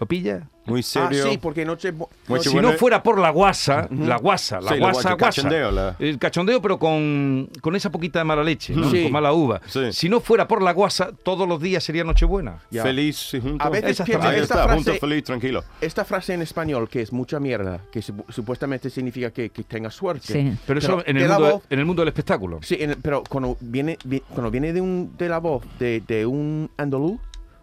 Speaker 3: ¿Lo pilla?
Speaker 6: Muy serio.
Speaker 4: Ah, sí, porque noche. bu-
Speaker 6: Muy
Speaker 4: noche-
Speaker 3: si
Speaker 6: bueno, eh.
Speaker 3: no fuera por la guasa, la guasa, la
Speaker 6: Sí,
Speaker 3: guasa,
Speaker 6: la guasa,
Speaker 3: guasa.
Speaker 6: el cachondeo, la-
Speaker 3: El cachondeo, pero con, con esa poquita de mala leche, ¿no?
Speaker 4: Sí.
Speaker 3: con mala uva.
Speaker 6: Sí.
Speaker 3: Si no fuera por la guasa, todos los días sería Nochebuena.
Speaker 4: Ya.
Speaker 6: Feliz y juntos.
Speaker 4: A veces
Speaker 3: Esa
Speaker 4: pienso
Speaker 6: Ahí
Speaker 4: que
Speaker 6: está,
Speaker 4: esta
Speaker 6: juntos,
Speaker 4: frase,
Speaker 6: feliz, tranquilo.
Speaker 4: esta frase en español, que es mucha mierda, que sup- supuestamente significa que, que tenga suerte.
Speaker 8: Sí.
Speaker 3: Pero eso en,
Speaker 4: de
Speaker 3: el
Speaker 4: la
Speaker 3: mundo,
Speaker 4: voz-
Speaker 3: en el mundo del espectáculo.
Speaker 4: Sí, en- pero cuando viene, vi- cuando viene de, un, de la voz de, de un andaluz,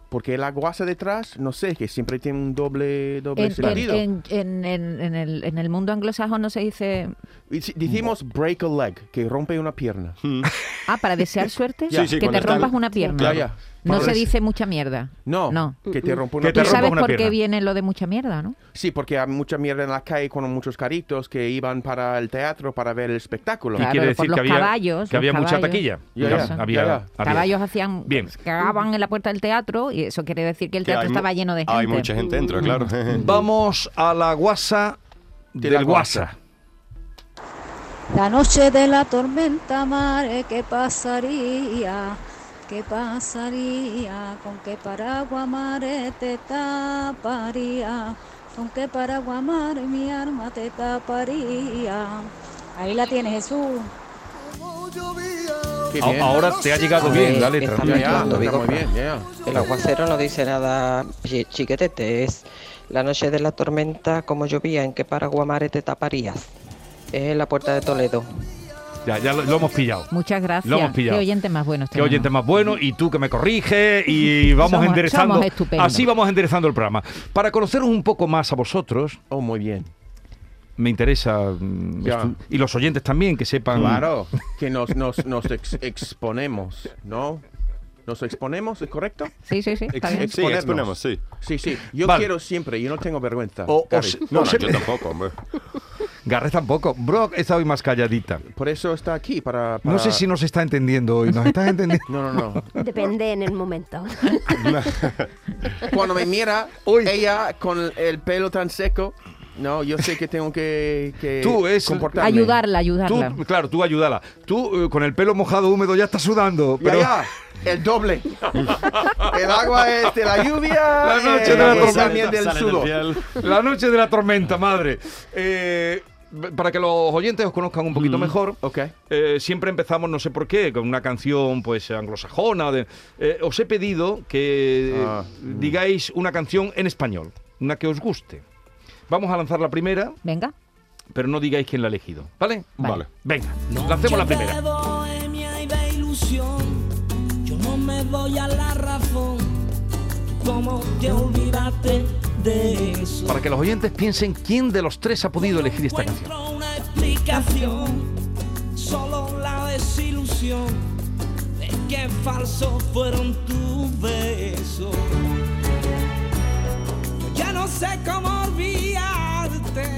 Speaker 4: porque la guasa detrás, no sé, que siempre tiene un doble, doble
Speaker 8: En, en-
Speaker 4: sentido.
Speaker 8: en- en- en- en el, en el mundo anglosajón no se dice.
Speaker 4: Y si- Decimos break a leg, que rompe una pierna.
Speaker 3: Hmm.
Speaker 8: Ah, para desear suerte,
Speaker 6: Sí, sí,
Speaker 8: que te
Speaker 6: cuando está-
Speaker 8: rompas una pierna.
Speaker 6: Claro.
Speaker 4: Ya, ya.
Speaker 8: No
Speaker 3: Porque-
Speaker 8: se dice mucha mierda.
Speaker 4: No,
Speaker 8: No.
Speaker 4: que te rompe
Speaker 3: Que
Speaker 4: una
Speaker 3: te
Speaker 8: Tú
Speaker 3: rompa
Speaker 8: sabes
Speaker 3: una
Speaker 8: por qué
Speaker 3: pierna.
Speaker 8: viene lo de mucha mierda, ¿no?
Speaker 4: Sí, porque hay mucha mierda en la calle con muchos caritos que iban para el teatro para ver el espectáculo.
Speaker 3: Y
Speaker 8: Claro,
Speaker 3: quiere
Speaker 8: por
Speaker 3: decir
Speaker 8: los
Speaker 3: que había,
Speaker 8: caballos,
Speaker 3: que había
Speaker 8: los
Speaker 3: mucha
Speaker 8: caballos.
Speaker 3: taquilla.
Speaker 4: Ya,
Speaker 3: Ya,
Speaker 4: ya,
Speaker 3: había,
Speaker 4: ya, ya.
Speaker 3: había.
Speaker 8: Caballos hacían.
Speaker 3: Ah, Bien.
Speaker 8: Cagaban en la puerta del teatro y eso quiere decir que el
Speaker 6: Que
Speaker 8: teatro
Speaker 6: hay mu-
Speaker 8: estaba lleno de gente.
Speaker 6: Hay mucha gente dentro, claro.
Speaker 4: Mm.
Speaker 6: [laughs]
Speaker 3: Vamos a la guasa
Speaker 4: De
Speaker 3: del
Speaker 4: la guasa.
Speaker 3: guasa.
Speaker 10: La noche de la tormenta, mare, ¿qué pasaría? ¿Qué pasaría? ¿Con qué paraguas, mare, te taparía? ¿Con qué paraguas, mare, mi arma te taparía? Ahí la tiene Jesús.
Speaker 9: Como llovía,
Speaker 4: Qué
Speaker 3: A-
Speaker 4: bien.
Speaker 3: Ahora te ha llegado
Speaker 11: A
Speaker 3: bien
Speaker 11: ver,
Speaker 3: la letra.
Speaker 11: está
Speaker 4: Ya,
Speaker 3: ¿no?
Speaker 11: bien.
Speaker 4: ya,
Speaker 11: Cuando
Speaker 4: está
Speaker 11: digo-
Speaker 4: muy bien, ya.
Speaker 11: El aguacero no dice nada chi- chiquetete, es la noche de la tormenta como llovía, en qué paraguamare te taparías. Es en la puerta de Toledo.
Speaker 3: Ya, ya lo, lo hemos pillado.
Speaker 8: Muchas gracias.
Speaker 3: Lo hemos pillado.
Speaker 8: Qué oyentes más este buenos
Speaker 3: Qué oyente
Speaker 8: tenemos.
Speaker 3: más bueno y tú que me corriges y vamos
Speaker 8: Somos-
Speaker 3: enderezando.
Speaker 8: somos estupendos.
Speaker 3: así vamos enderezando el programa. Para conoceros un poco más a vosotros,
Speaker 4: Oh, muy bien.
Speaker 3: me interesa mm,
Speaker 4: Ya.
Speaker 3: estu- y los oyentes también que sepan
Speaker 4: Claro, que nos, nos, nos ex- exponemos, ¿no? ¿Nos exponemos? ¿Es correcto?
Speaker 8: Sí, sí, sí. Está
Speaker 4: Ex-
Speaker 8: bien.
Speaker 4: ex-
Speaker 6: Sí, exponemos, sí.
Speaker 4: Sí, sí. Yo
Speaker 3: Vale.
Speaker 4: quiero siempre, yo no tengo vergüenza.
Speaker 3: O-
Speaker 4: Gary.
Speaker 3: os-
Speaker 6: No,
Speaker 3: os-
Speaker 6: no, yo tampoco, hombre.
Speaker 3: Garrett tampoco. Brock está hoy más calladita.
Speaker 4: Por eso está aquí, para...
Speaker 3: No
Speaker 4: para-
Speaker 3: sé si nos está entendiendo hoy. ¿Nos estás entendiendo?
Speaker 4: No, no, no.
Speaker 5: Depende en el momento.
Speaker 4: Cuando me mira,
Speaker 3: [laughs] Uy.
Speaker 4: ella con el pelo tan seco, no, yo sé que tengo que, que
Speaker 3: Tú es-
Speaker 4: comportarme.
Speaker 8: Ayudarla, ayudarla.
Speaker 3: Tú, claro, tú ayúdala. Tú eh, con el pelo mojado húmedo ya estás sudando,
Speaker 4: Ya,
Speaker 3: pero
Speaker 4: ya. el doble. El agua es de la lluvia.
Speaker 3: La noche
Speaker 4: eh,
Speaker 3: de la
Speaker 4: y
Speaker 3: tormenta.
Speaker 4: también del
Speaker 3: Sale del
Speaker 4: sudor.
Speaker 3: piel. [laughs] La noche de la tormenta, madre. Eh, para que los oyentes os conozcan un poquito mejor, eh, siempre empezamos, no sé por qué, con una canción pues anglosajona. de- eh, os he pedido que eh, digáis una canción en español, una que os guste. Vamos a lanzar la primera,
Speaker 8: Venga.
Speaker 3: pero no digáis quién la ha elegido, ¿vale?
Speaker 6: Vale.
Speaker 3: Venga, lancemos la
Speaker 12: de
Speaker 3: primera.
Speaker 12: bohemia y de ilusión. Yo no me doy a la razón. ¿Cómo te olvidaste de eso?
Speaker 3: Para que los oyentes piensen quién de los tres ha podido elegir esta canción.
Speaker 12: Una explicación, solo la desilusión de que falsos fueron tus besos. Yo ya no sé cómo olvidarte,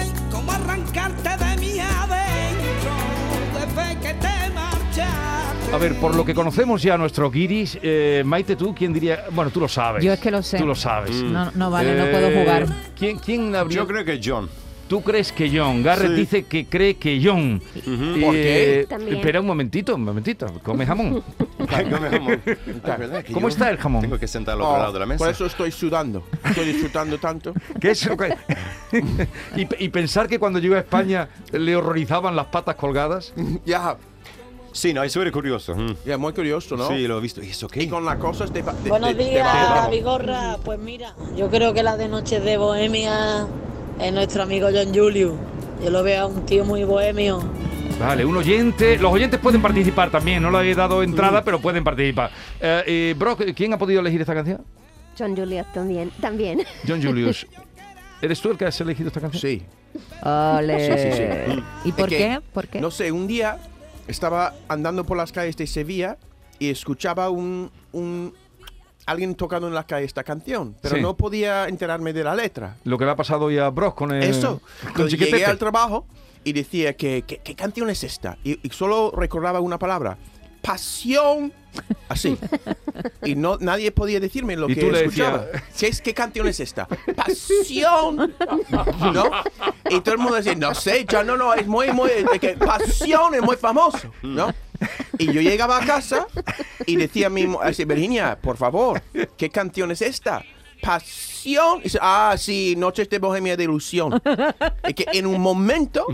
Speaker 12: ey, cómo arrancarte de mi adentro desde que te marchaste.
Speaker 3: A ver, por lo que conocemos ya a nuestro Guiris, eh, Maite, tú, ¿quién diría? Bueno, tú lo sabes.
Speaker 8: Yo es que lo sé.
Speaker 3: Tú lo sabes. Eh,
Speaker 8: Mm. No- no vale, no puedo jugar.
Speaker 3: ¿Quién, quién abrió?
Speaker 6: Yo creo que John.
Speaker 3: Tú crees que John. Garrett
Speaker 6: Sí.
Speaker 3: dice que cree que John.
Speaker 6: ¿Por
Speaker 3: Eh,
Speaker 6: qué?
Speaker 5: También.
Speaker 3: Espera un momentito, un momentito. Come
Speaker 6: [laughs]
Speaker 3: jamón.
Speaker 6: Come jamón. Ay, ¿verdad que
Speaker 3: ¿Cómo
Speaker 6: yo
Speaker 3: está el jamón?
Speaker 6: Tengo que sentarlo al
Speaker 4: Oh,
Speaker 6: otro lado de la mesa.
Speaker 4: Por eso estoy sudando. Estoy
Speaker 3: [laughs]
Speaker 4: disfrutando tanto.
Speaker 3: ¿Qué es lo que- y, pe- y pensar que cuando llegó a España le horrorizaban las patas colgadas.
Speaker 4: Ya,
Speaker 6: Sí, no, eso era curioso. Mm.
Speaker 4: ya, muy curioso, ¿no?
Speaker 6: Sí, lo he visto. ¿Y eso qué?
Speaker 4: Y con las cosas de. pa- de-
Speaker 13: Buenos
Speaker 4: de- de
Speaker 13: días,
Speaker 4: barro.
Speaker 13: Vigorra. Pues mira, yo creo que la de Noches de Bohemia es nuestro amigo John Julius. Yo lo veo a un tío muy bohemio.
Speaker 3: Vale, un oyente. Los oyentes pueden participar también. No le he dado
Speaker 6: Mm.
Speaker 3: entrada, pero pueden participar. Eh, eh, Brock, ¿quién ha podido elegir esta canción?
Speaker 5: John Julius también.
Speaker 3: [laughs]
Speaker 5: También.
Speaker 3: John
Speaker 8: [laughs]
Speaker 3: Julius. ¿Eres tú el que has elegido esta canción?
Speaker 4: Sí.
Speaker 8: Ole.
Speaker 4: Sí, sí,
Speaker 8: ¿Y por
Speaker 4: Es que,
Speaker 8: qué? ¿Por qué?
Speaker 4: No sé, un día estaba andando por las calles de Sevilla y escuchaba un, un alguien tocando en las calles esta canción, pero
Speaker 3: Sí.
Speaker 4: no podía enterarme de la letra.
Speaker 3: Lo que le ha pasado hoy a Bros con el. Eh,
Speaker 4: Eso.
Speaker 3: Con
Speaker 4: Entonces
Speaker 3: Chiquetete. [laughs]
Speaker 4: llegué al trabajo y decía que, que- ¿qué canción es esta? Y, y solo recordaba una palabra. Pasión. Así. Y no nadie podía decirme lo
Speaker 3: Y
Speaker 4: que
Speaker 3: tú le
Speaker 4: escuchaba.
Speaker 3: decías-
Speaker 4: ¿Qué, es, ¿Qué canción es esta?
Speaker 3: [laughs]
Speaker 4: Pasión. ¿No? Y todo el mundo decía, no sé, ya no, no, es muy, muy, es que pasión es muy famoso, ¿no? Y yo llegaba a casa y decía a mi mu- así, Virginia, por favor, ¿qué canción es esta? Pasión. Y dice, ah, sí, Noches de Bohemia de Ilusión. Y que en un momento,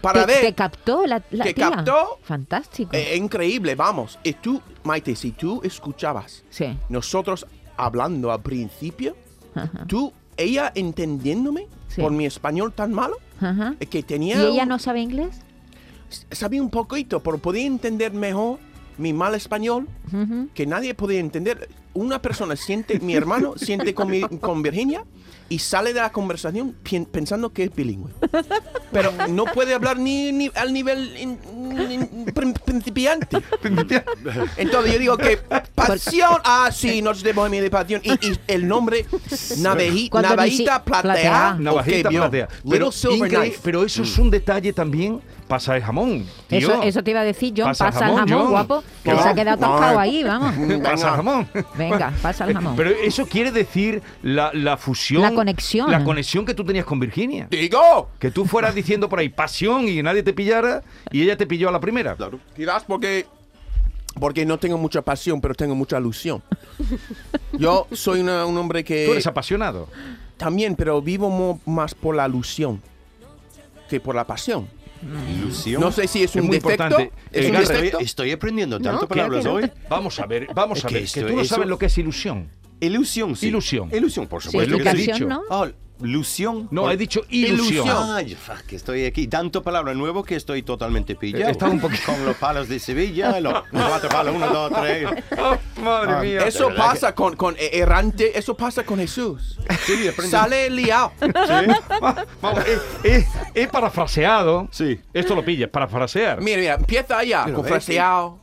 Speaker 4: para
Speaker 8: ¿Te,
Speaker 4: ver,
Speaker 8: te captó la, la
Speaker 4: Te
Speaker 8: tía?
Speaker 4: captó.
Speaker 8: Fantástico.
Speaker 4: eh, increíble, vamos. Y tú, Maite, si tú escuchabas
Speaker 8: sí.
Speaker 4: nosotros hablando al principio,
Speaker 8: Ajá.
Speaker 4: tú, ella entendiéndome
Speaker 8: Sí.
Speaker 4: por mi español tan malo,
Speaker 8: Ajá.
Speaker 4: eh, que
Speaker 8: ¿Y
Speaker 4: tenía...
Speaker 8: ella
Speaker 4: un-
Speaker 8: no sabe inglés?
Speaker 4: sabía un poquito, pero podía entender mejor mi mal español
Speaker 8: Ujú.
Speaker 4: que nadie podía entender. Una persona siente, mi hermano siente con, mi- con Virginia y sale de la conversación pien- pensando que es bilingüe. Pero no puede hablar ni, ni al nivel in- in- prin- principiante. Entonces yo digo que pasión, ah sí, noche de bohemia de pasión y, y el nombre Naveji-
Speaker 8: Cuando ni si-
Speaker 4: navajita
Speaker 8: platea.
Speaker 4: platea, ok,
Speaker 3: Navajita
Speaker 4: vio.
Speaker 3: platea.
Speaker 4: Little
Speaker 3: Pero,
Speaker 4: silver
Speaker 3: increí-
Speaker 4: knife.
Speaker 3: pero eso es un detalle también. Pasa el jamón. Tío.
Speaker 8: Eso, eso te iba a decir, John. Pasa, el jamón,
Speaker 3: John.
Speaker 8: guapo.
Speaker 3: Que
Speaker 8: Que se
Speaker 3: va.
Speaker 8: ha quedado atascado ahí, vamos.
Speaker 3: Pasa el jamón.
Speaker 8: Venga, pasa el jamón.
Speaker 3: Pero eso quiere decir la, la fusión.
Speaker 8: La conexión.
Speaker 3: La conexión que tú tenías con Virginia.
Speaker 4: Digo,
Speaker 3: Que tú fueras diciendo por ahí pasión y nadie te pillara y ella te pilló a la primera.
Speaker 6: Claro.
Speaker 4: Quizás porque porque no tengo mucha pasión, pero tengo mucha ilusión. Yo soy una- un hombre
Speaker 3: Tú
Speaker 4: que
Speaker 3: eres apasionado.
Speaker 4: también, pero vivo mo- más por la ilusión que por la pasión.
Speaker 6: Ilusión. Eh,
Speaker 4: No sé si es
Speaker 3: Es
Speaker 4: un
Speaker 3: muy
Speaker 4: defecto.
Speaker 3: importante.
Speaker 4: ¿Es
Speaker 3: El
Speaker 4: un
Speaker 3: garra-
Speaker 6: Estoy,
Speaker 4: defecto?
Speaker 6: estoy aprendiendo tantas
Speaker 5: No, claro
Speaker 6: palabras
Speaker 5: que no.
Speaker 6: hoy.
Speaker 3: Vamos a ver, vamos
Speaker 6: Es
Speaker 3: a
Speaker 6: que
Speaker 3: ver. Que,
Speaker 6: esto-
Speaker 3: tú no
Speaker 6: eso-
Speaker 3: sabes lo que es ilusión.
Speaker 6: Ilusión, sí.
Speaker 3: Ilusión.
Speaker 6: Ilusión, por
Speaker 8: Sí,
Speaker 6: supuesto. que
Speaker 8: educación,
Speaker 6: sí.
Speaker 8: ¿no?
Speaker 6: Ah, lusión.
Speaker 3: No,
Speaker 6: Por-
Speaker 3: he dicho ilusión.
Speaker 6: Ah, yo, fuck, que estoy aquí. Tanto palabra nuevo que estoy totalmente pillado.
Speaker 3: Estaba un poquito-
Speaker 6: Con los palos de Sevilla, los cuatro palos, uno, dos, tres.
Speaker 3: madre
Speaker 6: Ah, mía.
Speaker 4: Eso
Speaker 6: De verdad
Speaker 4: pasa con, con e- errante, eso pasa con Jesús.
Speaker 6: Sí, aprende.
Speaker 4: Sale liado.
Speaker 3: [laughs] Vamos, he, he- he parafraseado.
Speaker 6: Sí.
Speaker 3: Esto lo pillas, parafrasear.
Speaker 4: Mira, mira, empieza allá,
Speaker 6: Pero
Speaker 4: con
Speaker 6: es
Speaker 4: fraseado.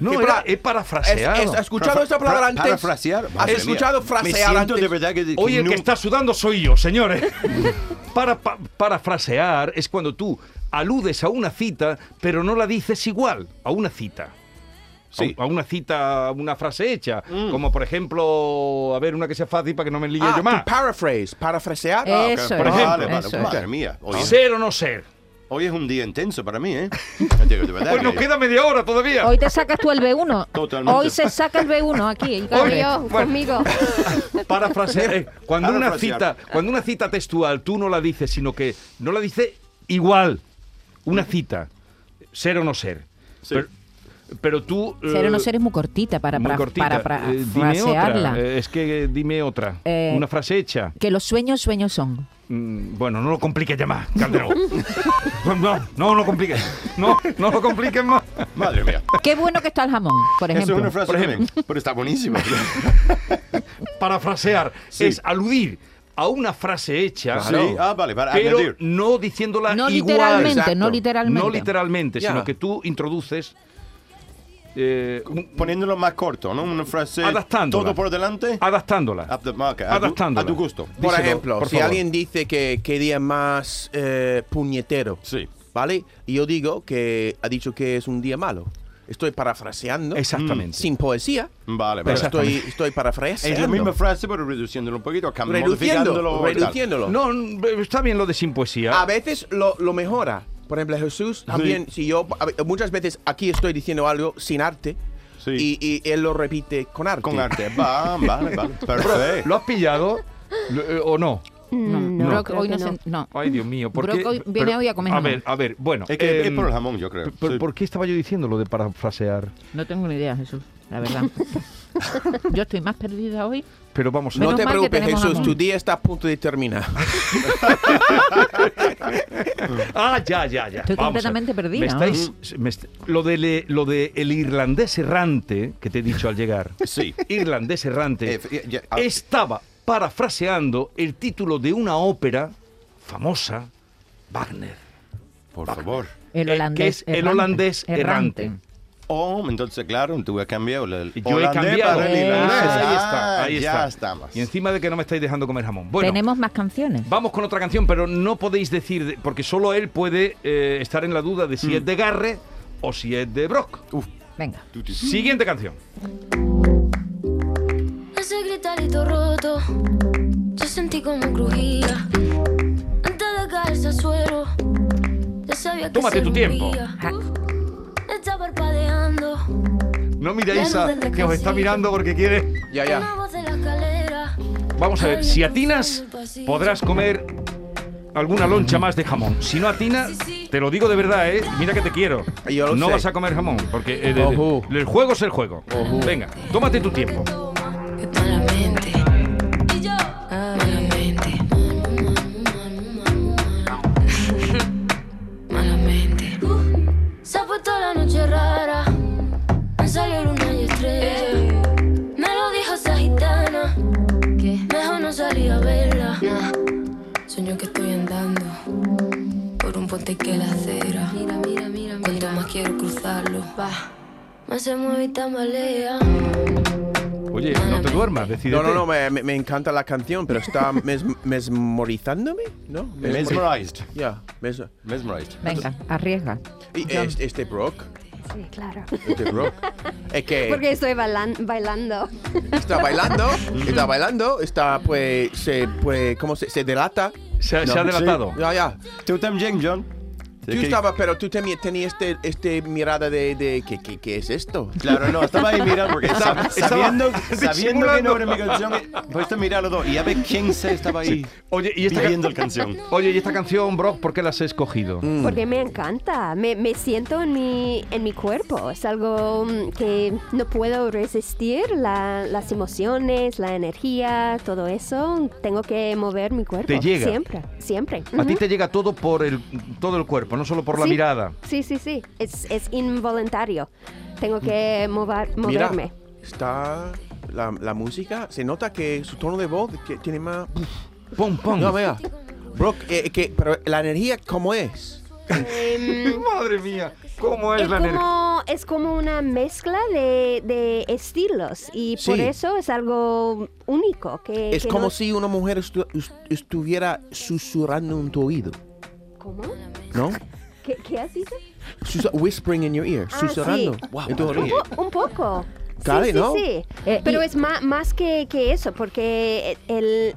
Speaker 3: No,
Speaker 4: Que
Speaker 3: era-
Speaker 4: para-
Speaker 3: he parafraseado.
Speaker 4: Es- es- ¿Has escuchado
Speaker 6: Para-
Speaker 4: esa palabra
Speaker 6: para-
Speaker 4: antes?
Speaker 6: parafrasear,
Speaker 4: ¿Has
Speaker 6: madre mía.
Speaker 4: escuchado
Speaker 6: Me
Speaker 4: frasear
Speaker 6: siento
Speaker 4: antes?
Speaker 6: de verdad que...
Speaker 3: Oye, el que
Speaker 6: nun-
Speaker 3: está sudando soy yo, señores. [laughs] Para, pa- parafrasear es cuando tú aludes a una cita, pero no la dices igual a una cita.
Speaker 6: Sí.
Speaker 3: A, un- a una cita, a una frase hecha. Como por ejemplo, a ver, una que sea fácil para que no me líe
Speaker 4: Mm. Ah,
Speaker 3: yo más.
Speaker 4: tu paraphrase, parafrasear.
Speaker 8: Eso
Speaker 6: Vale,
Speaker 3: Ah,
Speaker 6: pues,
Speaker 3: ejemplo,
Speaker 6: vale,
Speaker 8: eso
Speaker 6: madre mía. Oye,
Speaker 3: Ser o no ser.
Speaker 6: Hoy es un día intenso para mí,
Speaker 3: [laughs]
Speaker 6: ¿eh? De verdad
Speaker 3: Pues
Speaker 6: que-
Speaker 3: nos queda media hora todavía.
Speaker 8: Hoy te sacas tú el B1.
Speaker 6: Totalmente.
Speaker 8: Hoy se saca el B1 aquí. el Gabriel.
Speaker 5: conmigo.
Speaker 3: Parafrasear. Eh, cuando una
Speaker 6: Parafrasear.
Speaker 3: cita, cuando una cita textual tú no la dices, sino que no la dices igual. Una cita, ser o no ser. Pero, pero tú eh,
Speaker 8: Ser o no ser es muy cortita para,
Speaker 3: muy
Speaker 8: para,
Speaker 3: cortita.
Speaker 8: para, para
Speaker 3: Eh, dime
Speaker 8: frasearla.
Speaker 3: otra. Eh, es que eh, dime otra.
Speaker 8: Eh,
Speaker 3: una frase hecha.
Speaker 8: Que los sueños, sueños son.
Speaker 3: Mm, Bueno, no lo compliques ya más,
Speaker 8: [laughs]
Speaker 3: Calderón. No, no lo compliques. No, no lo compliques más.
Speaker 6: Madre mía.
Speaker 8: Qué bueno que está el jamón, por
Speaker 6: Eso
Speaker 8: ejemplo.
Speaker 6: es una frase también, pero
Speaker 3: [laughs]
Speaker 6: está buenísima.
Speaker 3: Parafrasear es aludir a una frase hecha.
Speaker 6: Claro. Sí, ah, vale, para
Speaker 3: pero
Speaker 6: añadir.
Speaker 3: no diciéndola
Speaker 8: No
Speaker 3: igual.
Speaker 8: literalmente, Exacto. no literalmente.
Speaker 3: No literalmente,
Speaker 6: Ya.
Speaker 3: sino que tú introduces eh,
Speaker 6: Poniéndolo más corto, ¿no? Una frase...
Speaker 3: Adaptándola.
Speaker 6: Todo por delante.
Speaker 3: adaptándola.
Speaker 6: up the market, a tu-
Speaker 3: Adaptándola.
Speaker 6: A tu gusto.
Speaker 4: Por
Speaker 3: Díselo,
Speaker 4: ejemplo,
Speaker 3: por
Speaker 4: si
Speaker 3: favor.
Speaker 4: alguien dice que qué día es más eh, puñetero, ¿vale? Y yo digo que ha dicho que es un día malo. Estoy parafraseando.
Speaker 3: Exactamente.
Speaker 4: Mm, Sin poesía.
Speaker 6: Vale,
Speaker 4: Pero
Speaker 6: vale.
Speaker 4: estoy, estoy parafraseando.
Speaker 6: Es la misma frase, pero reduciéndolo un poquito, cam-
Speaker 4: Reduciendo,
Speaker 6: modificándolo. tal.
Speaker 4: reduciéndolo.
Speaker 3: No, n- está bien lo de sin poesía.
Speaker 4: A veces lo, lo mejora. Por ejemplo, Jesús también, si yo, a ve- muchas veces aquí estoy diciendo algo sin arte y, y él lo repite con arte.
Speaker 6: Con arte. Va,
Speaker 3: [laughs]
Speaker 6: vale, vale. Perfecto.
Speaker 3: ¿Lo has pillado Lo- eh, o [laughs] no?
Speaker 8: No,
Speaker 5: Mm,
Speaker 3: No.
Speaker 8: Brock
Speaker 3: creo
Speaker 8: hoy
Speaker 3: que
Speaker 8: no,
Speaker 3: no.
Speaker 8: se- no.
Speaker 3: Ay, Dios mío. ¿por
Speaker 8: Brock
Speaker 3: qué?
Speaker 8: hoy viene hoy a comer jamón.
Speaker 3: ver, a ver, bueno.
Speaker 6: Es que es
Speaker 3: em,
Speaker 6: por el jamón, yo creo.
Speaker 3: ¿por, por qué estaba yo diciendo lo de parafrasear?
Speaker 8: No tengo ni idea, Jesús, la verdad.
Speaker 3: [laughs]
Speaker 8: Yo estoy más perdida hoy.
Speaker 3: Pero vamos a
Speaker 4: No
Speaker 8: Menos
Speaker 4: te
Speaker 8: mal que
Speaker 4: preocupes,
Speaker 8: tenemos
Speaker 4: Jesús,
Speaker 8: jamón.
Speaker 4: tu día está a punto de terminar. [laughs]
Speaker 3: Ah, ya, ya, ya.
Speaker 8: Estoy
Speaker 3: Vamos a ver.
Speaker 8: completamente perdida.
Speaker 3: Me estáis, me est- lo, de le- lo de el irlandés errante que te he dicho al llegar.
Speaker 6: [laughs] Sí.
Speaker 3: Irlandés errante.
Speaker 6: Eh, ya- ya- ah.
Speaker 3: estaba parafraseando el título de una ópera famosa, Wagner.
Speaker 6: Por favor.
Speaker 8: El
Speaker 3: eh,
Speaker 8: holandés
Speaker 3: que es el
Speaker 8: errante.
Speaker 3: holandés errante.
Speaker 6: Oh, entonces, claro, tú has cambiado el
Speaker 3: Yo he
Speaker 6: holandés
Speaker 3: cambiado.
Speaker 6: para el irlandés.
Speaker 3: Ahí
Speaker 6: Ah,
Speaker 3: está, ahí
Speaker 6: ya
Speaker 3: está.
Speaker 6: estamos.
Speaker 3: Y encima de que no me estáis dejando comer jamón. Bueno,
Speaker 8: Tenemos más canciones.
Speaker 3: Vamos con otra canción, pero no podéis decir, de- porque solo él puede eh, estar en la duda de si
Speaker 6: Mm.
Speaker 3: es de Garre o si es de Brock.
Speaker 8: Venga.
Speaker 3: Siguiente canción.
Speaker 1: Ese gritarito roto, yo sentí como crujía. Antes de caerse al suelo, ya sabía que
Speaker 3: Tómate
Speaker 1: se
Speaker 3: tu tiempo.
Speaker 1: rompía. Está parpadeando,
Speaker 3: No miréis a que os está mirando porque quiere.
Speaker 4: Ya,
Speaker 1: una voz de la escalera.
Speaker 3: Vamos a ver, si atinas, podrás comer alguna loncha más de jamón. Si no atinas, te lo digo de verdad, ¿eh? Mira que te quiero.
Speaker 4: Yo lo
Speaker 3: no
Speaker 4: sé.
Speaker 3: vas a comer jamón, porque eh, de-
Speaker 4: Ojú.
Speaker 3: el, juego es el juego. Venga, tómate tu tiempo.
Speaker 1: Malamente, y yo, [laughs] malamente, malamente. Uh, Se ha puesto la noche rara, me salió luna y estrella. Me lo dijo esa gitana, que mejor no salía a verla. Sueño que estoy andando por un puente que la acera. Mira, mira, mira, Cuanto más quiero cruzarlo, va. Más se mueve y tambalea.
Speaker 3: Oye, no te duermas, decide.
Speaker 4: No, no, no, me, me- me encanta la canción, pero está mes- mesmorizándome, ¿no?
Speaker 6: Mesmerized.
Speaker 4: Ya, mes-
Speaker 6: Mesmerized.
Speaker 8: Venga, arriesga.
Speaker 4: Y
Speaker 8: Yo-
Speaker 4: es- este Brock,
Speaker 5: Sí,
Speaker 3: [laughs]
Speaker 5: claro.
Speaker 4: este Brock, es
Speaker 3: Eh.
Speaker 4: que
Speaker 5: Porque estoy bailan- bailando.
Speaker 4: está bailando, está bailando, está pues, se, pues, ¿cómo se, se delata?
Speaker 3: Se, se
Speaker 4: No,
Speaker 3: ha delatado.
Speaker 4: sí. Ya, ya.
Speaker 6: Tú también, John.
Speaker 4: Tú
Speaker 6: Es que-
Speaker 4: estabas, pero tú también tenías este, este mirada de, de ¿qué, qué, qué es esto?
Speaker 6: Claro, no, estaba ahí mirando porque sab-
Speaker 3: Estaba-
Speaker 6: sabiendo,
Speaker 3: estaba
Speaker 6: sabiendo que no era mi
Speaker 3: disimulando.
Speaker 6: canción, pues te miré a los dos y a ver quién se estaba ahí
Speaker 3: Oye, y esta
Speaker 6: pidiendo
Speaker 3: canción.
Speaker 6: la canción.
Speaker 3: Oye, ¿y esta canción, Brock, por qué la has escogido?
Speaker 5: Porque me encanta, me, me siento en mi, en mi cuerpo, es algo mm, que no puedo resistir, la- las emociones, la energía, todo eso, tengo que mover mi cuerpo.
Speaker 3: Te llega.
Speaker 5: Siempre, siempre.
Speaker 3: A ti
Speaker 5: Ujú.
Speaker 3: te llega todo por el todo el cuerpo, no solo por la
Speaker 5: Sí.
Speaker 3: mirada.
Speaker 5: Sí, sí, sí, es, es involuntario, tengo que mover,
Speaker 4: Mira,
Speaker 5: moverme.
Speaker 4: está la, la música, se nota que su tono de voz que tiene más...
Speaker 3: Pum, pum.
Speaker 4: No, vea. Brock, eh, que, pero la energía, ¿cómo es?
Speaker 5: Em,
Speaker 3: Madre mía, cómo
Speaker 5: Es como, es como una mezcla de, de estilos y por
Speaker 4: Sí.
Speaker 5: eso es algo único. Eh, Que,
Speaker 4: es
Speaker 5: que
Speaker 4: como
Speaker 5: no-
Speaker 4: si una mujer estu- est- estuviera susurrando en tu oído,
Speaker 5: ¿Cómo?
Speaker 4: ¿no?
Speaker 5: ¿Qué, qué has dicho?
Speaker 4: Susa- whispering in your ear,
Speaker 5: Ah,
Speaker 4: susurrando
Speaker 5: sí.
Speaker 4: en tu
Speaker 5: Un,
Speaker 4: oído.
Speaker 5: po- Oh, un poco. Sí,
Speaker 4: Claro,
Speaker 5: sí,
Speaker 4: ¿no?
Speaker 5: sí.
Speaker 8: Eh,
Speaker 5: Pero
Speaker 8: y-
Speaker 5: es ma- más, que, que eso, porque el,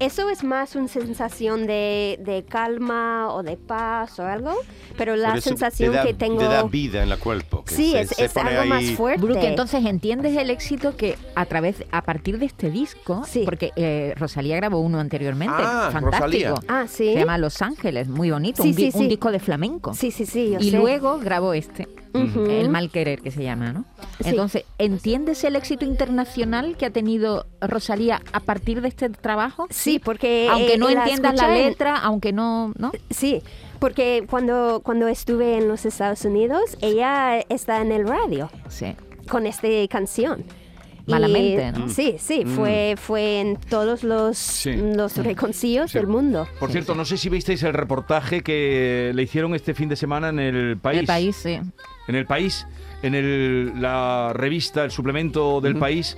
Speaker 5: Eso es más una sensación de, de calma o de paz o algo, pero la
Speaker 6: Por eso te
Speaker 5: sensación
Speaker 6: da-
Speaker 5: que tengo...
Speaker 6: Te da vida en el cuerpo. que
Speaker 5: Sí,
Speaker 6: se-
Speaker 5: es-
Speaker 6: se
Speaker 5: es
Speaker 6: pone
Speaker 5: algo más
Speaker 6: ahí-
Speaker 5: fuerte.
Speaker 8: Brooke, entonces entiendes el éxito que a través, a partir de este disco, porque eh, Rosalía grabó uno anteriormente,
Speaker 5: Ah,
Speaker 8: fantástico.
Speaker 5: Rosalía. Ah, sí.
Speaker 8: Se llama Los Ángeles, muy bonito,
Speaker 5: Sí,
Speaker 8: un, di-
Speaker 5: sí,
Speaker 8: un
Speaker 5: sí.
Speaker 8: disco de flamenco.
Speaker 5: Sí, sí, sí. yo
Speaker 8: y
Speaker 5: sé.
Speaker 8: luego grabó este,
Speaker 5: Ujú.
Speaker 8: El Mal Querer, que se llama, ¿no?
Speaker 5: Mm. Sí.
Speaker 8: Entonces, ¿entiendes el éxito internacional que ha tenido Rosalía a partir de este trabajo?
Speaker 5: Sí, porque...
Speaker 8: Aunque
Speaker 5: eh,
Speaker 8: no entiendas la
Speaker 5: escuché-
Speaker 8: letra, aunque no... ¿no?
Speaker 5: Sí, porque cuando, cuando estuve en los Estados Unidos, ella está en el radio
Speaker 8: Sí.
Speaker 5: con esta canción. Y-
Speaker 8: Malamente, ¿no?
Speaker 5: Sí, sí,
Speaker 3: Mm.
Speaker 5: fue, fue en todos los, los reconcilios del mundo.
Speaker 3: Por cierto, no sé si visteis el reportaje que le hicieron este fin de semana en el país.
Speaker 8: El país, sí.
Speaker 3: En el país, en el- la revista, el suplemento del país.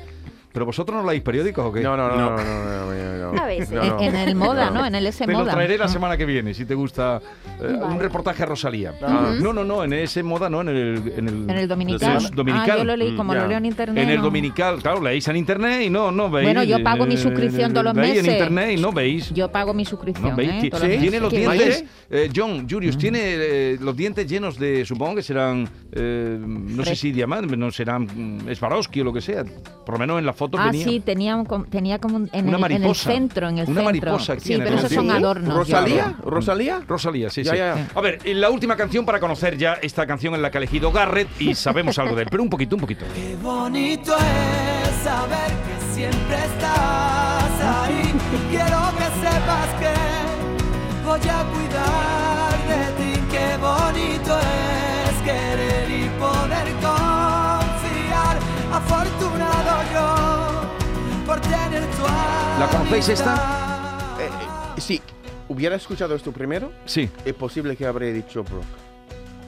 Speaker 3: ¿Pero vosotros no leéis periódicos o qué?
Speaker 4: No, no, no, no, no, no, no, no.
Speaker 8: A veces.
Speaker 3: No, no.
Speaker 8: En el Moda, ¿no? En el S
Speaker 3: Te lo
Speaker 8: Moda. Ah.
Speaker 3: traeré la semana que viene, si te gusta. eh, Un
Speaker 8: Vale.
Speaker 3: reportaje a Rosalía.
Speaker 8: Ah.
Speaker 3: No, no, no, en ese moda no, en el... En el,
Speaker 8: En el dominical.
Speaker 3: Sí, dominical.
Speaker 8: Ah, yo lo leí, como
Speaker 3: Mm,
Speaker 8: lo
Speaker 3: ya.
Speaker 8: leo en internet,
Speaker 3: En el
Speaker 8: no.
Speaker 3: dominical, claro, leéis en internet y no, no veis. Eh,
Speaker 8: Bueno, yo pago mi suscripción todos los
Speaker 3: Leéis en
Speaker 8: meses.
Speaker 3: internet y no veis.
Speaker 8: Yo pago mi suscripción.
Speaker 3: No, veis,
Speaker 8: ¿eh?
Speaker 3: ti-
Speaker 8: Todos los meses.
Speaker 3: Tiene los
Speaker 8: ¿Qué?
Speaker 3: dientes, eh, John,
Speaker 8: Mm.
Speaker 3: Julius, tiene eh, los dientes llenos de, supongo que serán, eh, no sé
Speaker 8: Fres-
Speaker 3: si diamantes, no serán mm, Swarovski o lo que sea, por lo menos en la foto
Speaker 8: Ah,
Speaker 3: venía.
Speaker 8: sí, tenía, un com- tenía como un- en,
Speaker 3: Una
Speaker 8: el, en el
Speaker 3: mariposa.
Speaker 8: centro, en el
Speaker 3: Una
Speaker 8: centro.
Speaker 3: mariposa aquí
Speaker 8: sí,
Speaker 3: en el
Speaker 8: pero esos son
Speaker 3: centro.
Speaker 8: adornos. ya.
Speaker 4: ¿Rosalía? ¿Rosalía?
Speaker 3: Rosalía, sí,
Speaker 4: Ya,
Speaker 3: sí.
Speaker 4: ya,
Speaker 3: A ver, y la última canción para conocer ya esta canción en la que ha elegido Garrett y sabemos algo de él, pero un poquito, un poquito.
Speaker 12: Qué bonito es saber que siempre estás
Speaker 3: [laughs]
Speaker 12: ahí. Quiero que sepas que voy a cuidar de ti. Qué bonito es querer y poder confiar. Afortunado yo por tener tu amor.
Speaker 3: ¿La conocéis esta?
Speaker 4: Eh, eh, si hubiera escuchado esto primero,
Speaker 3: sí.
Speaker 4: es posible que habría dicho Brooke.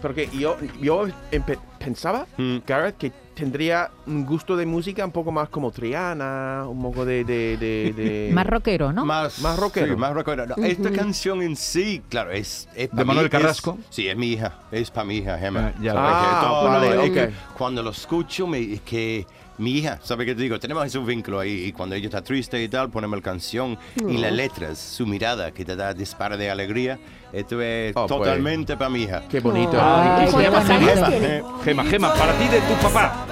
Speaker 4: Porque yo, yo empe- pensaba, Gareth, que tendría un gusto de música un poco más como Triana, un poco de... de, de- de-
Speaker 8: Más rockero, ¿no?
Speaker 6: Más,
Speaker 4: Más rockero.
Speaker 6: sí, más rockero. No, Esta
Speaker 4: Ujú.
Speaker 6: canción en sí, claro, es. es pa'
Speaker 3: ¿De
Speaker 6: mí,
Speaker 3: Manuel
Speaker 6: es-
Speaker 3: Carrasco?
Speaker 6: sí, es mi hija. Es para mi hija, Gemma.
Speaker 3: Ah, ya.
Speaker 6: ¿Sabes qué?
Speaker 3: Ah,
Speaker 6: Todo,
Speaker 3: vale,
Speaker 6: no, es que
Speaker 3: ok.
Speaker 6: Cuando lo escucho, me, es que mi hija, ¿sabes qué te digo? Tenemos ese vínculo ahí. Y cuando ella está triste y tal, ponemos la canción y
Speaker 4: No.
Speaker 6: las letras, su mirada que te da dispara de alegría. Esto es
Speaker 4: Oh, pues.
Speaker 6: totalmente para mi hija.
Speaker 4: Qué bonito.
Speaker 3: Ah,
Speaker 6: Qué
Speaker 3: se llama
Speaker 6: bonito.
Speaker 3: Gema,
Speaker 6: Tiene.
Speaker 3: Gema, Gema, para ti de tu papá.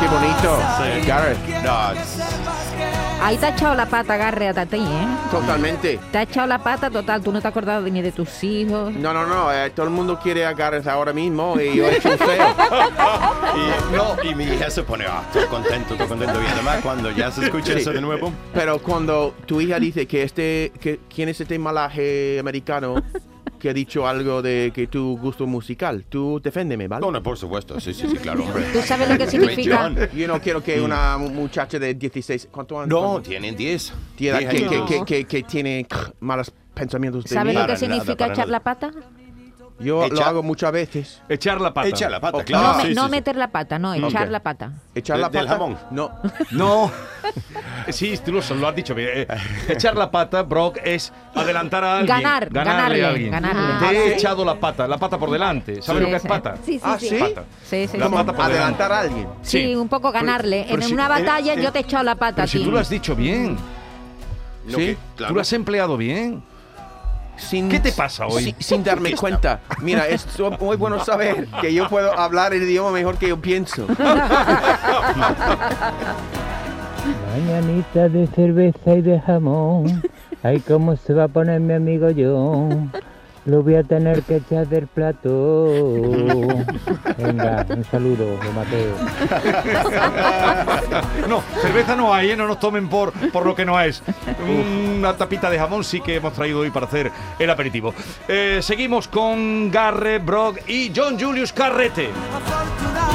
Speaker 4: Qué bonito. Gareth.
Speaker 8: Ahí te ha echado la pata, Garret, a ti, ¿eh?
Speaker 4: Totalmente.
Speaker 8: Te ha echado la pata total. Tú no te has acordado ni de tus hijos.
Speaker 4: No, no, no. eh, todo el mundo quiere a Gareth ahora mismo y yo he hecho un feo.
Speaker 8: [laughs]
Speaker 6: Y, no, y mi hija se pone, ah, estoy contento, estoy contento. Y además, cuando ya se escucha
Speaker 4: Sí.
Speaker 6: eso de nuevo,
Speaker 4: Pero cuando tu hija dice que este, que, ¿quién es este malaje americano que ha dicho algo de que tu gusto musical? Tú deféndeme, ¿vale?
Speaker 6: No, no, por supuesto, sí, sí, sí, claro, hombre.
Speaker 8: ¿Tú sabes lo que significa?
Speaker 4: Yo no quiero que una muchacha de 16, ¿cuánto años?
Speaker 6: Mm. No, tienen 10.
Speaker 4: Tía,
Speaker 6: Diez
Speaker 4: que, que,
Speaker 6: añitos.
Speaker 4: que, que- que tiene malos pensamientos de
Speaker 8: ¿Sabes
Speaker 4: mí.
Speaker 8: lo que significa echar la pata?
Speaker 4: Yo lo
Speaker 6: Echa-
Speaker 4: hago muchas veces.
Speaker 3: Echar la pata.
Speaker 6: Echar la pata,
Speaker 4: Ok.
Speaker 6: claro.
Speaker 8: no me-
Speaker 6: sí,
Speaker 8: no
Speaker 6: sí, sí.
Speaker 8: meter la pata, no,
Speaker 6: Mm.
Speaker 8: echar
Speaker 6: Ok.
Speaker 8: la pata.
Speaker 4: Echar
Speaker 6: De-
Speaker 4: la pata.
Speaker 6: del jamón.
Speaker 4: No.
Speaker 3: No. Sí, tú lo, lo has dicho bien. Eh, Echar la pata, Brock, es adelantar a alguien.
Speaker 8: Ganar, ganarle,
Speaker 3: a alguien.
Speaker 8: ganarle.
Speaker 3: Te
Speaker 8: Ah,
Speaker 3: he
Speaker 8: sí.
Speaker 3: echado la pata, la pata por delante. ¿Sabes
Speaker 8: Sí,
Speaker 3: lo que es
Speaker 8: sí.
Speaker 3: pata?
Speaker 8: Sí, sí,
Speaker 3: Ah,
Speaker 8: sí.
Speaker 3: Pata.
Speaker 8: Sí, sí,
Speaker 3: La
Speaker 8: sí.
Speaker 3: pata por
Speaker 4: [laughs] Adelantar
Speaker 3: delante.
Speaker 4: a alguien.
Speaker 8: Sí, un poco ganarle.
Speaker 3: pero
Speaker 8: en
Speaker 3: si-
Speaker 8: una batalla
Speaker 3: eh,
Speaker 8: yo te he echado la pata
Speaker 3: Pero
Speaker 8: a ti.
Speaker 3: si tú lo has dicho bien.
Speaker 6: No,
Speaker 3: sí,
Speaker 6: que- claro.
Speaker 3: tú lo has empleado bien. ¿Qué te pasa hoy?
Speaker 4: Sin,
Speaker 3: [laughs]
Speaker 4: sin darme cuenta. Mira, es so- muy bueno saber que yo puedo hablar el idioma mejor que yo pienso.
Speaker 14: Mañanita de cerveza y de jamón. Ay, cómo se va a poner mi amigo John. Lo voy a tener que echar del plato. Venga, un saludo de Mateo.
Speaker 3: No, cerveza no hay, ¿eh? no nos tomen por, por lo que
Speaker 8: [laughs]
Speaker 3: no es. Una tapita de jamón sí que hemos traído hoy para hacer el aperitivo. Eh, seguimos con Garre, Brock y John Julius Carrete.
Speaker 12: afortunado